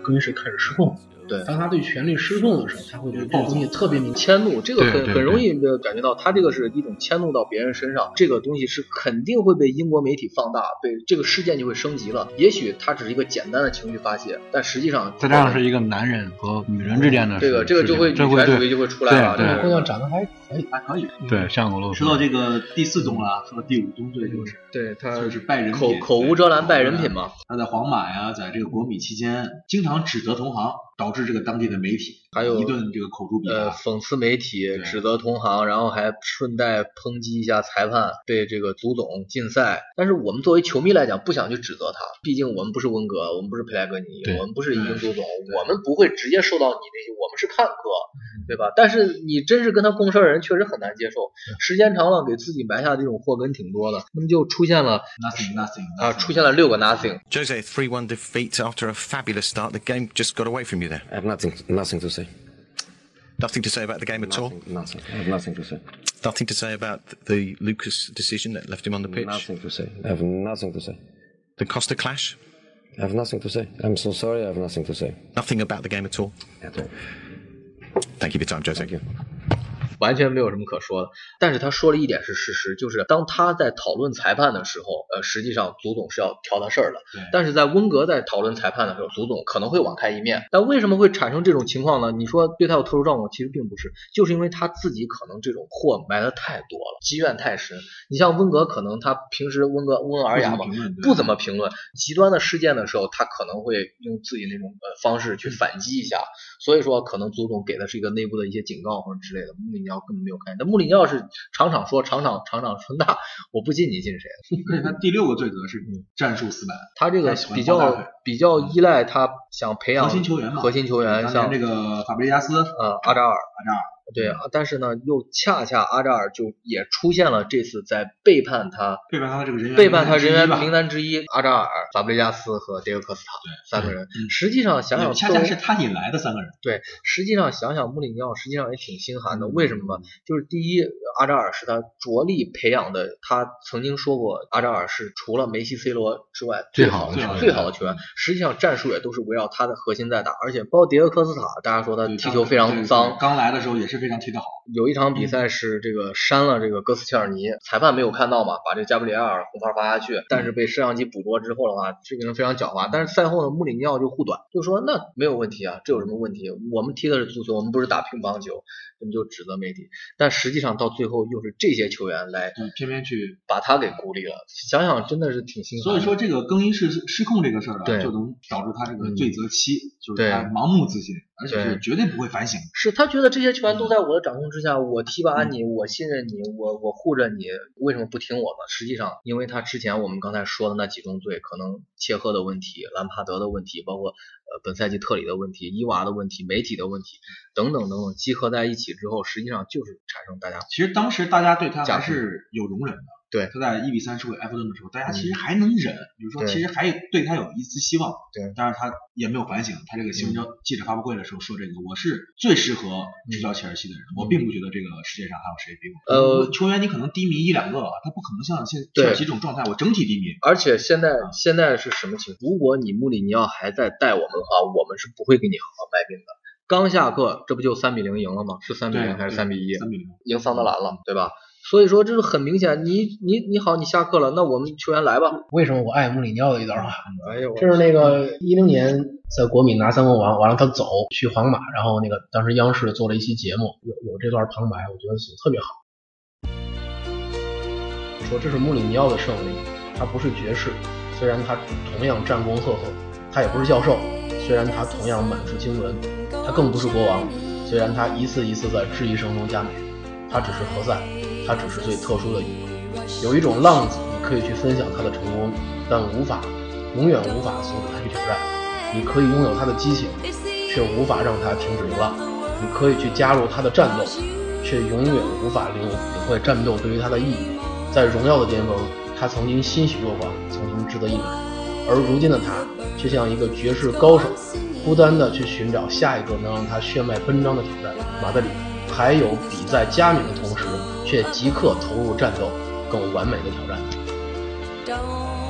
[SPEAKER 5] 更衣室开始失控。
[SPEAKER 3] 对
[SPEAKER 5] 当他对权力失控的时候，他会对这个东西特别敏感。
[SPEAKER 3] 迁怒，这个
[SPEAKER 4] 对
[SPEAKER 3] 很
[SPEAKER 4] 对
[SPEAKER 3] 很容易地感觉到，他这个是一种迁怒到别人身上，这个东西是肯定会被英国媒体放大，被这个事件就会升级了。也许它只是一个简单的情绪发泄，但实际上
[SPEAKER 4] 再加上是一个男人和女人之间的
[SPEAKER 3] 这个这个就会
[SPEAKER 4] 这
[SPEAKER 3] 女
[SPEAKER 4] 会
[SPEAKER 3] 权主义
[SPEAKER 4] 对
[SPEAKER 3] 就会出来了。
[SPEAKER 4] 对
[SPEAKER 3] 这
[SPEAKER 5] 这个
[SPEAKER 3] 个
[SPEAKER 5] 姑娘长得还可以，
[SPEAKER 2] 还可以。
[SPEAKER 3] 哦
[SPEAKER 4] 对，像俄罗斯
[SPEAKER 2] 说到这个第四宗了，说到第五宗罪就是
[SPEAKER 3] 嗯对他
[SPEAKER 2] 就是拜人
[SPEAKER 3] 口
[SPEAKER 2] 品
[SPEAKER 3] 口无遮拦拜人品嘛，
[SPEAKER 2] 他在皇马呀，在这个国米期间，经常指责同行，导致这个当地的媒体
[SPEAKER 3] 还有
[SPEAKER 2] 一顿这个口诛笔
[SPEAKER 3] 呃，
[SPEAKER 4] 嗯
[SPEAKER 2] 伐。
[SPEAKER 3] 讽刺媒体，
[SPEAKER 2] 对
[SPEAKER 3] 指责同行，然后还顺带抨击一下裁判，对这个足总禁赛。但是我们作为球迷来讲，不想去指责他，毕竟我们不是温格，我们不是佩莱格尼，
[SPEAKER 4] 对
[SPEAKER 3] 我们不是英足总，我们不会直接受到你那些，我们是判客，
[SPEAKER 4] 嗯
[SPEAKER 3] 对吧？但是你真是跟他共事的人，确实很难接受。
[SPEAKER 4] 嗯
[SPEAKER 3] 时间长了，给自己埋下这种祸根挺多的，那么就出现了
[SPEAKER 2] nothing nothing
[SPEAKER 4] 嗯
[SPEAKER 3] 啊，出现了六个 nothing。
[SPEAKER 8] Jose, 3 1 defeat after a fabulous start. The game just got away from you there.
[SPEAKER 9] I have nothing, nothing to say.
[SPEAKER 8] Nothing to say about the game at all?
[SPEAKER 9] Nothing, nothing. I have nothing to say.
[SPEAKER 8] Nothing to say about th- the Lucas decision that left him on the pitch?
[SPEAKER 9] Nothing to say. I have nothing to say.
[SPEAKER 8] The Costa clash?
[SPEAKER 9] I have nothing to say. I'm so sorry. I have nothing to say
[SPEAKER 8] Nothing about the game at all?
[SPEAKER 9] at all.
[SPEAKER 8] Thank you for your time, Jose.
[SPEAKER 9] Thank you.
[SPEAKER 3] 完全没有什么可说的。但是他说了一点是事实，就是当他在讨论裁判的时候，呃，实际上足总是要挑他事儿的
[SPEAKER 2] 对。
[SPEAKER 3] 但是在温格在讨论裁判的时候，足总可能会网开一面。但为什么会产生这种情况呢？你说对他有特殊照顾，其实并不是，就是因为他自己可能这种祸埋的太多了，积怨太深。你像温格，可能他平时温格温文尔雅嘛，
[SPEAKER 2] 嗯
[SPEAKER 3] 不怎么评论极端的事件的时候，他可能会用自己那种呃方式
[SPEAKER 2] 嗯
[SPEAKER 3] 去反击一下。所以说，可能足总给的是一个内部的一些警告或者之类的。穆里尼奥根本没有看见，但穆里尼奥是场场说，场场场场说，那我不进你进谁？
[SPEAKER 2] 而且他第六个罪责是
[SPEAKER 3] 嗯
[SPEAKER 2] 战术死板，
[SPEAKER 3] 他这个
[SPEAKER 2] 太喜欢
[SPEAKER 3] 比
[SPEAKER 2] 抱大腿
[SPEAKER 3] 较比较依赖他想培养
[SPEAKER 2] 核心球员嘛
[SPEAKER 3] 核心球员
[SPEAKER 2] 当
[SPEAKER 3] 像
[SPEAKER 2] 年这个嗯法布雷加斯，
[SPEAKER 3] 呃阿扎尔，
[SPEAKER 2] 阿扎尔
[SPEAKER 3] 对，啊但是呢，又恰恰阿扎尔就也出现了这次在背叛他
[SPEAKER 2] 背叛他的这个嗯人员
[SPEAKER 3] 背叛他人员名
[SPEAKER 2] 名单
[SPEAKER 3] 单之一阿扎尔、法布雷加斯和迭戈科斯塔三个人。
[SPEAKER 2] 嗯
[SPEAKER 3] 实际上
[SPEAKER 2] 之
[SPEAKER 3] 想
[SPEAKER 2] 一吧，
[SPEAKER 3] 想
[SPEAKER 2] 恰
[SPEAKER 3] 都
[SPEAKER 2] 恰是他引来的三个人，
[SPEAKER 3] 对，实际上想想穆里尼奥实际上也挺心寒的。
[SPEAKER 2] 嗯
[SPEAKER 3] 为什么呢？就是第一，阿扎尔是他着力培养的，他曾经说过，阿扎尔是除了梅西、C 罗之外
[SPEAKER 4] 最
[SPEAKER 3] 好
[SPEAKER 4] 好
[SPEAKER 3] 的
[SPEAKER 4] 的
[SPEAKER 3] 球
[SPEAKER 2] 球
[SPEAKER 3] 员
[SPEAKER 2] 员嗯
[SPEAKER 3] 最好的球员。实际上战术也都是围绕他的核心在打，而且包括迭戈科斯塔，大家说他
[SPEAKER 2] 对
[SPEAKER 3] 呃踢球非常脏
[SPEAKER 2] 对，刚来的时候也是非常踢得好，
[SPEAKER 3] 有一
[SPEAKER 2] 嗯
[SPEAKER 3] 场比赛是这个扇了这个戈斯切尔尼，裁判没有看到嘛，把这加布里埃尔红牌罚下去，但
[SPEAKER 2] 嗯
[SPEAKER 3] 是被摄像机捕捉之后的话，这个人非常狡猾。但是赛后呢，穆里尼奥就护短，就说那没有问题啊，这有什么问题？我们踢的是足球，我们不是打乒乓球，我们就指责媒体。但实际上到最后又是这些球员来
[SPEAKER 2] 对，呃偏偏去
[SPEAKER 3] 把他给孤立了，想想真的是挺心寒
[SPEAKER 2] 所
[SPEAKER 3] 的。
[SPEAKER 2] 以说这个更衣室失控这个事儿啊，
[SPEAKER 3] 对嗯
[SPEAKER 2] 就能导致他这个罪责期，就是
[SPEAKER 3] 对
[SPEAKER 2] 他盲目自信，而且
[SPEAKER 3] 对
[SPEAKER 2] 是绝对不会反省。
[SPEAKER 3] 是他觉得这些球员都在我的掌控之下，我提拔你，我信任你，我我护着你，为什么不听我呢？实际上，因为他之前我们刚才说的那几宗罪，可能切赫的问题、兰帕德的问题，包括呃本赛季特里的问题、伊娃的问题、媒体的问题等等等等，集合在一起之后，实际上就是产生大家
[SPEAKER 2] 其实当时大家对他
[SPEAKER 3] 假
[SPEAKER 2] 还是有容忍的。
[SPEAKER 3] 对嗯
[SPEAKER 2] 他在一比三输给埃弗顿的时候，大家其实还能忍，比如说
[SPEAKER 3] 对
[SPEAKER 2] 其实还对他有一丝希望。
[SPEAKER 3] 对嗯
[SPEAKER 2] 但是他也没有反省。他这个新闻记者发布会的时候说这个，我是最适合执教切尔西的人，我并不觉得这个世界上还有谁比我。
[SPEAKER 3] 嗯呃
[SPEAKER 2] 球员你可能低迷一两个，啊他不可能像现
[SPEAKER 3] 对
[SPEAKER 2] 切尔西这种状态，我整体低迷。
[SPEAKER 3] 而且现在现在是什么情况？如果你穆里尼奥还在带我们的话，我们是不会给你好好卖命的。刚下课，这不就三比零赢了吗？是三比零还是三比一？
[SPEAKER 2] 啊三比零。
[SPEAKER 3] 赢桑德兰了，对吧？所以说这是很明显，你你你好，你下课了，那我们球员来吧。
[SPEAKER 5] 啊为什么我爱穆里尼奥的一段话？
[SPEAKER 3] 哎呦，
[SPEAKER 5] 这是那个一零年在国米拿三冠王，完了他走去皇马，然后那个当时央视做了一期节目，有有这段旁白，我觉得写得特别好。说这是穆里尼奥的胜利，他不是爵士，虽然他同样战功赫赫；他也不是教授，虽然他同样满腹经纶；他更不是国王，虽然他一次一次在质疑声中加冕。他只是何塞，他只是最特殊的雨。有一种浪子，你可以去分享他的成功，但无法，永远无法阻止他去挑战。你可以拥有他的激情，却无法让他停止流浪。你可以去加入他的战斗，却永远无法领领会战斗对于他的意义。在荣耀的巅峰，他曾经欣喜若狂，曾经志得意满，而如今的他却像一个绝世高手，孤单的去寻找下一个能让他血脉奔张的挑战。马德里还有比在加冕的同时，却即刻投入战斗更完美的挑战。
[SPEAKER 10] Don't